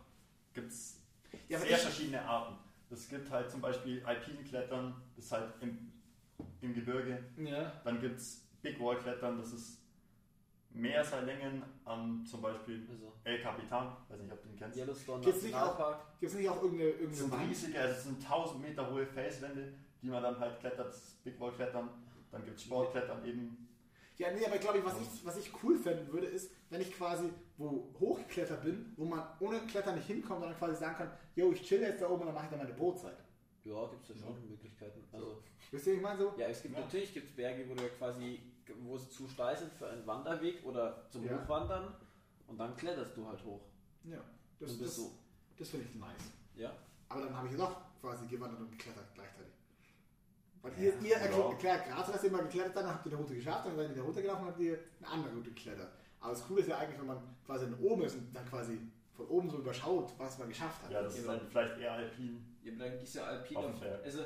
S3: gibt es
S1: Ja, aber
S3: sehr
S1: ich-
S3: verschiedene Arten. Es gibt halt zum Beispiel Alpinenklettern, das ist halt im, im Gebirge.
S1: Ja.
S3: Dann gibt es Big Wall Klettern, das ist Meerseillängen am zum Beispiel
S2: Also.
S3: El Capitan, weiß nicht, ob du den kennst.
S2: Yellowstone
S1: Geht's nicht auch-
S2: Nationalpark.
S1: Gibt es nicht auch irgendeine,
S3: Das sind
S1: irgendeine Wand?
S3: riesige, also es sind 1000 Meter hohe Felswände, die man dann halt klettert, das ist Big Wall Klettern. Dann gibt es Sportklettern eben.
S1: Ja, nee, aber glaube ich, was ich, was ich cool fänden würde, ist, wenn ich quasi wo hochgeklettert bin, wo man ohne Klettern nicht hinkommt, sondern quasi sagen kann, yo, ich chill jetzt da oben und dann mache ich dann meine Brotzeit.
S2: Ja, gibt es ja schon Möglichkeiten. Also,
S1: Wisst ihr, ich meine so?
S2: Ja, es gibt
S3: Ja.
S2: natürlich gibt's Berge, wo du ja quasi, wo es zu steil sind für einen Wanderweg oder zum
S1: Ja.
S2: Hochwandern und dann kletterst du halt hoch.
S1: Ja, das,
S2: und bist
S1: das,
S2: so.
S1: das finde ich nice.
S2: Ja.
S1: Aber dann habe ich doch quasi gewandert und geklettert gleichzeitig. Weil ihr, ihr erklärt,
S3: Ja.
S1: erklärt gerade, dass ihr mal geklettert seid, dann habt ihr die Route geschafft, dann seid ihr wieder runtergelaufen und habt ihr eine andere Route geklettert. Aber das Coole ist ja eigentlich, wenn man quasi dann oben ist und dann quasi von oben so überschaut, was man geschafft hat.
S3: Ja, das ist dann vielleicht eher Alpin.
S2: ja, aber dann gehst du alpin
S3: Auf
S2: auf,
S3: dem Berg.
S2: Also,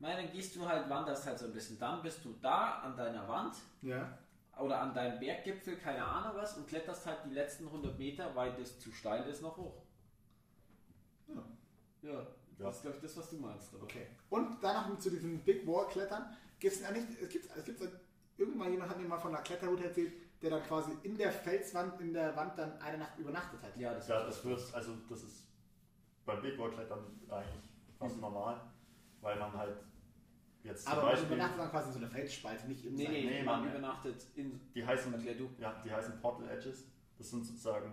S2: nein, dann gehst du halt, wanderst halt so ein bisschen. Dann bist du da an deiner Wand
S1: ja.
S2: oder an deinem Berggipfel, keine Ahnung was, und kletterst halt die letzten 100 Meter, weil das zu steil ist, noch hoch.
S1: Ja.
S2: Ja, das ist, glaube ich, das, was du meinst. Oder?
S1: Okay. Und danach zu diesem Big Wall klettern, gibt es nicht, es gibt, es gibt irgendwann jemand hat mir mal von einer Kletterroute erzählt, der dann quasi in der Felswand, in der Wand dann eine Nacht übernachtet hat.
S2: Ja, das
S3: Ja, das wird, also das ist bei Big Wall Klettern eigentlich fast
S2: Mhm.
S3: normal, weil man halt jetzt zum
S1: Aber man
S3: Beispiel
S1: übernachtet dann quasi in so einer Felsspalte, nicht im ne?
S2: Nee, nee,
S3: Nee,
S2: man
S3: Mann.
S2: übernachtet in.
S3: die heißen,
S2: Erklär du.
S3: ja, die heißen Portal Edges, das sind sozusagen,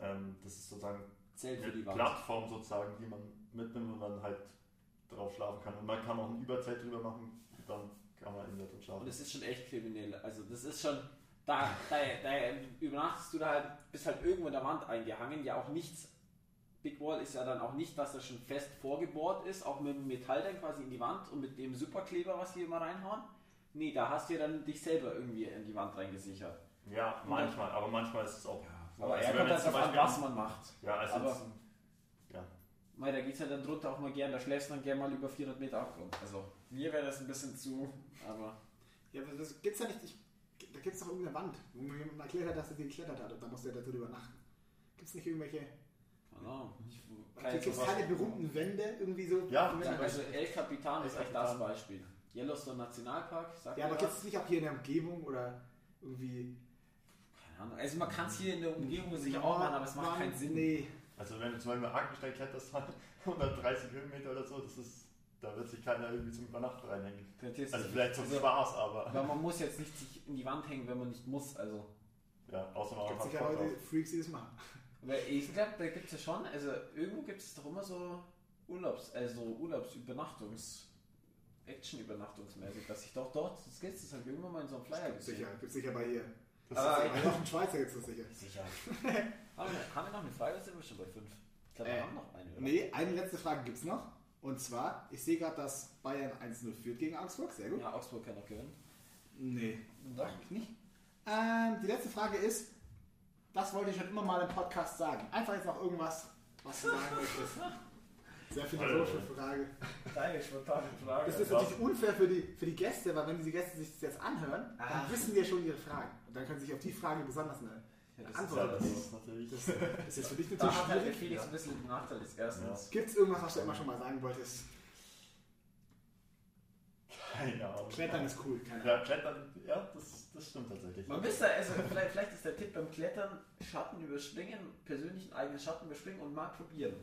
S3: ähm, das ist sozusagen
S2: Zelt für
S3: eine
S2: die Wand.
S3: Plattform sozusagen, die man mitnimmt und dann halt drauf schlafen kann. Und man kann auch ein Überzelt drüber machen, dann kann man in der Drin
S2: Und
S3: schlafen.
S2: es ist schon echt kriminell. Also das ist schon. Da, da, da übernachtest du da halt, bist halt irgendwo in der Wand eingehangen, ja auch nichts. Big Wall ist ja dann auch nicht, dass das schon fest vorgebohrt ist, auch mit dem Metall dann quasi in die Wand und mit dem Superkleber, was die immer reinhauen. Nee, da hast du ja dann dich selber irgendwie in die Wand reingesichert.
S3: Ja, manchmal, aber manchmal ist es auch.
S2: Aber
S3: also
S2: er kommt
S3: wenn man
S2: halt
S3: jetzt zum
S2: darauf an,
S3: Beispiel-
S2: was man macht.
S3: Ja, also
S2: aber-
S3: jetzt, ja.
S2: Mei, da geht's ja dann drunter auch mal gern, da schläfst du dann gern mal über 400 Meter Abgrund. Also mir wäre das ein bisschen zu, aber...
S1: Ja, aber das gibt's ja nicht. Ich, da gibt's doch irgendeine Wand, wo mir jemand erklärt hat, dass er die geklettert hat und dann muss er da drin übernachten. Gibt's nicht irgendwelche.
S2: Keine Ahnung. Ich,
S1: Gibt's keine berühmten Wände irgendwie so?
S3: Ja,
S1: Wo
S3: zum
S1: Menschen-
S2: Also El Capitan ist echt das Beispiel.
S4: Yellowstone Nationalpark, sagt
S1: Ja,
S4: mir
S1: aber gibt
S4: was.
S1: es nicht auch hier in der Umgebung oder irgendwie.
S4: Keine Ahnung. Also man kann es hier in der Umgebung sich auch machen, aber es macht keinen Sinn.
S1: Nee.
S3: Also wenn du zum Beispiel Arkenstein kletterst, (laughs) halt 130 Höhenmeter oder so, das ist, da wird sich keiner irgendwie zum Übernachten reinhängen.
S4: Prätest-
S3: Also vielleicht zum Spaß, aber
S4: Aber man muss jetzt nicht sich in die Wand hängen, wenn man nicht muss. Also,
S3: (laughs) ja, außer man
S1: Gibt
S3: hat
S1: sicher
S3: Bock drauf.
S1: Leute, Freaks, die das machen.
S4: weil ich glaube, da gibt es ja schon, also irgendwo gibt es doch immer so Urlaubs, also Urlaubsübernachtungs, Action-Übernachtungsmäßig, dass ich doch dort, das geht es halt irgendwann mal in so einem Flyer gesehen.
S1: Sicher, gibt sicher bei hier.
S3: Das
S4: Ah,
S3: ist,
S1: Bei
S4: ja.
S1: auf dem Schweizer gibt es das sicher.
S4: Sicher. haben, wir, haben wir noch eine Frage? Oder sind wir schon bei fünf? Ich glaube, wir
S1: Äh,
S4: haben noch eine. Oder?
S1: Nee, eine letzte Frage gibt es noch. Und zwar, ich sehe gerade, dass Bayern 1-0 führt gegen Augsburg. Sehr gut.
S4: Ja, Augsburg kann noch gewinnen.
S1: Nee.
S4: Doch.
S1: Nicht? Ähm, die letzte Frage ist, das wollte ich schon immer mal im Podcast sagen. Einfach jetzt noch irgendwas, was du sagen möchtest. (laughs) Sehr philosophische Frage.
S4: Deine spontane Frage.
S1: Das ist natürlich unfair für die, für die Gäste, weil wenn diese Gäste sich das jetzt anhören, dann
S4: Ah.
S1: wissen die ja schon ihre Fragen. Und dann können sie sich auf die Frage besonders nennen.
S4: Ja, das ist
S3: ja,
S1: Antwort.
S3: das ist natürlich.
S1: Das ist jetzt für dich
S4: Da
S1: natürlich
S4: hat halt der
S1: schwierig.
S4: Felix ein bisschen den Nachteil des Erstens.
S1: Gibt es irgendwas, was du immer schon mal sagen wolltest?
S3: keine Ahnung.
S1: Klettern ist cool, keine Ahnung.
S3: Ja, Klettern, ja, das, das stimmt tatsächlich.
S4: Man müsste, also vielleicht, vielleicht ist der Tipp beim Klettern, Schatten überspringen, persönlichen eigenen Schatten überspringen und mal probieren.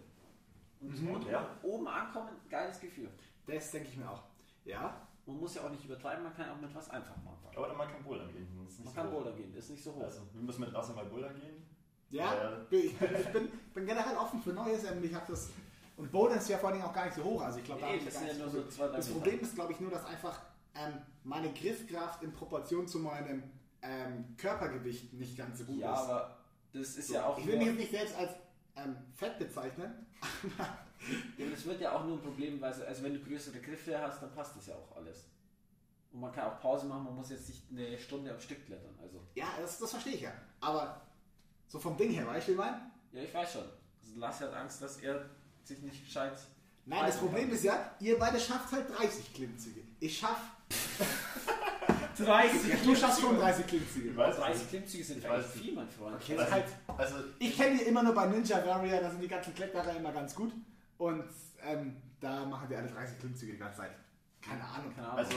S4: Und
S1: Mhm.
S4: und
S3: Ja.
S4: oben ankommen, geiles Gefühl.
S1: Das denke ich mir auch. Ja,
S4: Man muss ja auch nicht übertreiben, man kann auch mit was einfach mal anfangen.
S3: Aber dann man kann Bouldern gehen. das ist nicht
S4: Man
S3: so
S4: kann
S3: hoch.
S4: Boulder gehen, ist nicht so hoch.
S3: Also, wir müssen mit Lasse mal Bouldern gehen.
S1: Ja,
S3: Ja.
S1: bin- ich, (laughs) bin, ich bin, bin generell offen für Neues. ähm, Ich habe das. Und Boulder ist ja vor allen Dingen auch gar nicht so hoch. Also ich glaube, da
S4: Nee,
S1: hab ich
S4: das
S1: gar
S4: sind ja
S1: nicht
S4: nur
S1: das
S4: so
S1: Problem.
S4: zwei, drei
S1: Das
S4: Meter.
S1: Problem ist, glaube ich, nur, dass einfach ähm, meine Griffkraft in Proportion zu meinem ähm, Körpergewicht nicht ganz so gut
S4: Ja,
S1: ist.
S4: aber das ist
S1: So,
S4: ja auch
S1: ich
S4: nur,
S1: will mich jetzt nicht selbst als ähm, fett bezeichnen.
S4: ja, das wird ja auch nur ein Problem, weil so- also wenn du größere Griffe hast, dann passt das ja auch alles. Und man kann auch Pause machen, man muss jetzt nicht eine Stunde am Stück klettern. Also,
S1: Ja, das, das verstehe ich ja. Aber so vom Ding her, weißt du, wie ich meine?
S4: ja, ich weiß schon. Also Lasse hat Angst, dass er sich nicht gescheit.
S1: Nein, das
S4: halten
S1: Problem
S4: kann.
S1: ist ja, ihr beide schafft halt 30 Klimmzüge. Ich
S4: (laughs)
S1: schaff,
S4: 30
S1: du schaffst schon 30 Klimmzüge.
S3: Ich weiß es
S4: 30
S3: nicht.
S4: Klimmzüge sind
S3: Ich
S4: eigentlich
S3: weiß nicht.
S4: viel, mein Freund.
S1: Okay, das ist halt,
S3: Also,
S1: Ich kenne die immer nur bei Ninja Warrior, da sind die ganzen Kletterer immer ganz gut. Und ähm, da machen die alle 30 Klimmzüge die ganze Zeit. Keine Ahnung.
S4: Keine Ahnung.
S3: also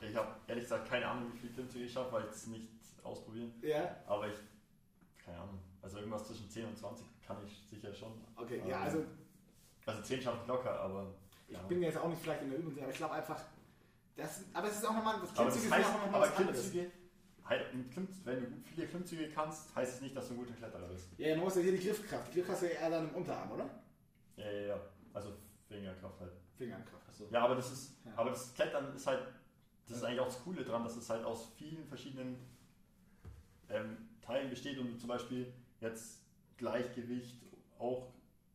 S3: ich habe ehrlich gesagt keine Ahnung, wie viel Klimmzüge ich schaffe, weil ich es nicht ausprobieren.
S1: Ja,
S3: Aber ich, keine Ahnung. Also irgendwas zwischen 10 und 20 kann ich sicher schon.
S1: okay.
S3: Aber-
S1: Ja, also
S3: Also 10 schaffe ich locker, aber.
S1: ich
S3: ja.
S1: bin jetzt auch nicht vielleicht in der Übung, aber ich glaube einfach, das, aber es ist auch nochmal, das
S3: aber das
S1: Klimmzüge sind
S3: heißt,
S1: auch nochmal
S3: aber
S1: was anderes.
S3: Klimmzüge, halt, ein Klimm- wenn du gut viele Klimmzüge kannst, heißt es nicht, dass du ein guter Kletterer bist.
S1: Ja, ja, man muss ja hier die Griffkraft. Die Griffkraft ist ja eher dann im Unterarm, oder?
S3: Ja, ja, ja. Also Fingerkraft halt.
S1: Fingerkraft.
S4: Achso.
S3: Ja, aber das ist,
S1: Ja.
S3: aber das Klettern ist halt, das ist eigentlich auch das Coole dran, dass es halt aus vielen verschiedenen ähm, Teilen besteht und du zum Beispiel jetzt Gleichgewicht auch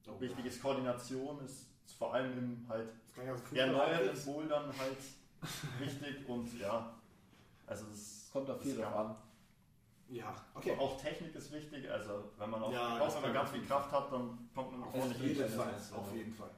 S1: Oh,
S3: wichtig ist, Koordination ist vor allem im halt
S1: Das kann ich aus dem
S3: eher
S1: Fußball-
S3: neueren Bouldern halt wichtig und ja, also das
S4: Es kommt auf viel
S3: das
S4: drauf
S3: kann-
S4: an.
S1: Ja, okay.
S3: Auch Technik ist wichtig, also wenn man auch,
S1: Ja, das
S3: auch wenn
S1: kann
S3: man ganz
S1: man
S3: viel Kraft hat, dann kommt man auch
S1: Auf
S3: nicht
S1: jeden
S3: hin.
S1: Fall.
S3: Also,
S1: Auf jeden Fall.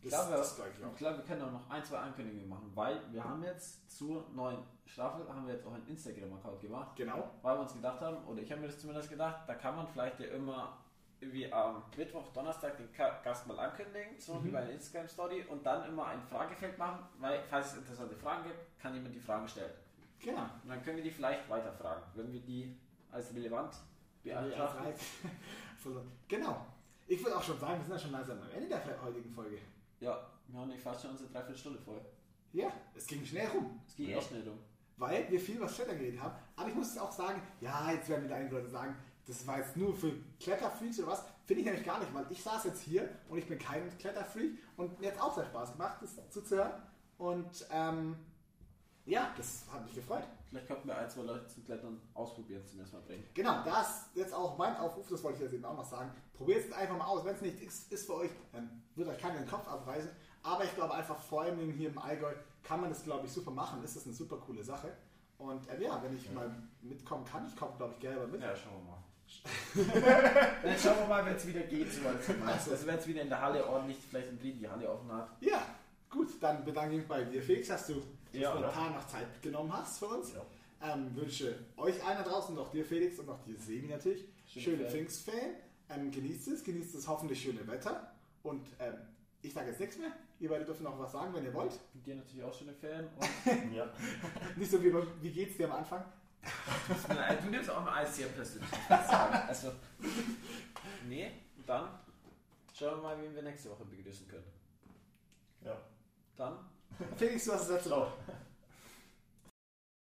S4: Ich
S1: Das,
S4: glaube,
S1: das glaube ich
S4: ich
S1: auch.
S4: glaube, wir können auch noch ein, zwei Ankündigungen machen, weil wir haben jetzt zur neuen Staffel haben wir jetzt auch einen Instagram-Account gemacht,
S1: Genau.
S4: weil wir uns gedacht haben, oder ich habe mir das zumindest gedacht, da kann man vielleicht ja immer wie am Mittwoch, Donnerstag den Ka- Gast mal ankündigen, so wie bei einer Instagram-Story und dann immer ein Fragefeld machen, weil falls es interessante Fragen gibt, kann jemand die Fragen stellen.
S1: Genau.
S4: Und dann können wir die vielleicht weiterfragen, wenn wir die als relevant beantragen.
S1: (laughs) Verloren. genau. Ich würde auch schon sagen, wir sind ja schon langsam am Ende der heutigen Folge.
S4: Ja, wir haben nicht fast schon unsere Dreiviertelstunde voll.
S1: Ja, es ging schnell rum,
S4: Es ging
S3: Ja.
S4: echt schnell um. rum.
S1: weil wir viel über das Klettern geredet haben. Aber ich muss auch sagen, ja, jetzt werden wieder einige Leute sagen, das war jetzt nur für Kletterfreaks oder was. Finde ich nämlich gar nicht, weil ich saß jetzt hier und ich bin kein Kletterfreak und mir hat es auch sehr Spaß gemacht, das zuzuhören. Und ähm, ja, das hat mich gefreut.
S4: Vielleicht könnten wir ein, zwei Leute zum Klettern ausprobieren, zum ersten Mal bringen.
S1: Genau, das ist jetzt auch mein Aufruf, das wollte ich jetzt eben auch noch sagen. Probiert es einfach mal aus. Wenn es nicht ist, ist für euch, dann wird euch keiner den Kopf abreißen. Aber ich glaube einfach, vor allem hier im Allgäu kann man das, glaube ich, super machen. Ist das eine super coole Sache. Und äh, ja, wenn ich mal mitkommen kann, ich komme, glaube ich, gerne mal mit.
S4: Ja, schauen wir mal. Dann schauen wir mal, wenn es wieder geht. So (laughs) als
S1: Also.
S4: also wenn es wieder in der Halle ordentlich, vielleicht im Blin die Halle offen hat.
S1: Ja, gut, dann bedanke ich mich bei dir, Felix, dass du
S3: Ja,
S1: spontan noch Zeit genommen hast für uns.
S3: Ja.
S1: Ähm, wünsche euch einer draußen, auch dir, Felix, und auch dir, Sebi natürlich,
S4: Schöne
S1: schöne
S4: Ferien.
S1: Pfingstferien. Ähm, genießt es, genießt das hoffentlich schöne Wetter und ähm, Ich sage jetzt nichts mehr. Ihr beide dürfen noch was sagen, wenn ihr wollt.
S2: Dir natürlich auch schöne Ferien. Und
S3: Ja.
S1: Nicht so wie, bei wie geht's dir am Anfang.
S4: Du nimmst auch mal alles sehr persönlich. muss ich sagen. Also,
S2: nee, dann schauen wir mal, wen wir nächste Woche begrüßen können.
S3: Ja.
S2: Dann
S1: Felix, du hast das letzte Wort.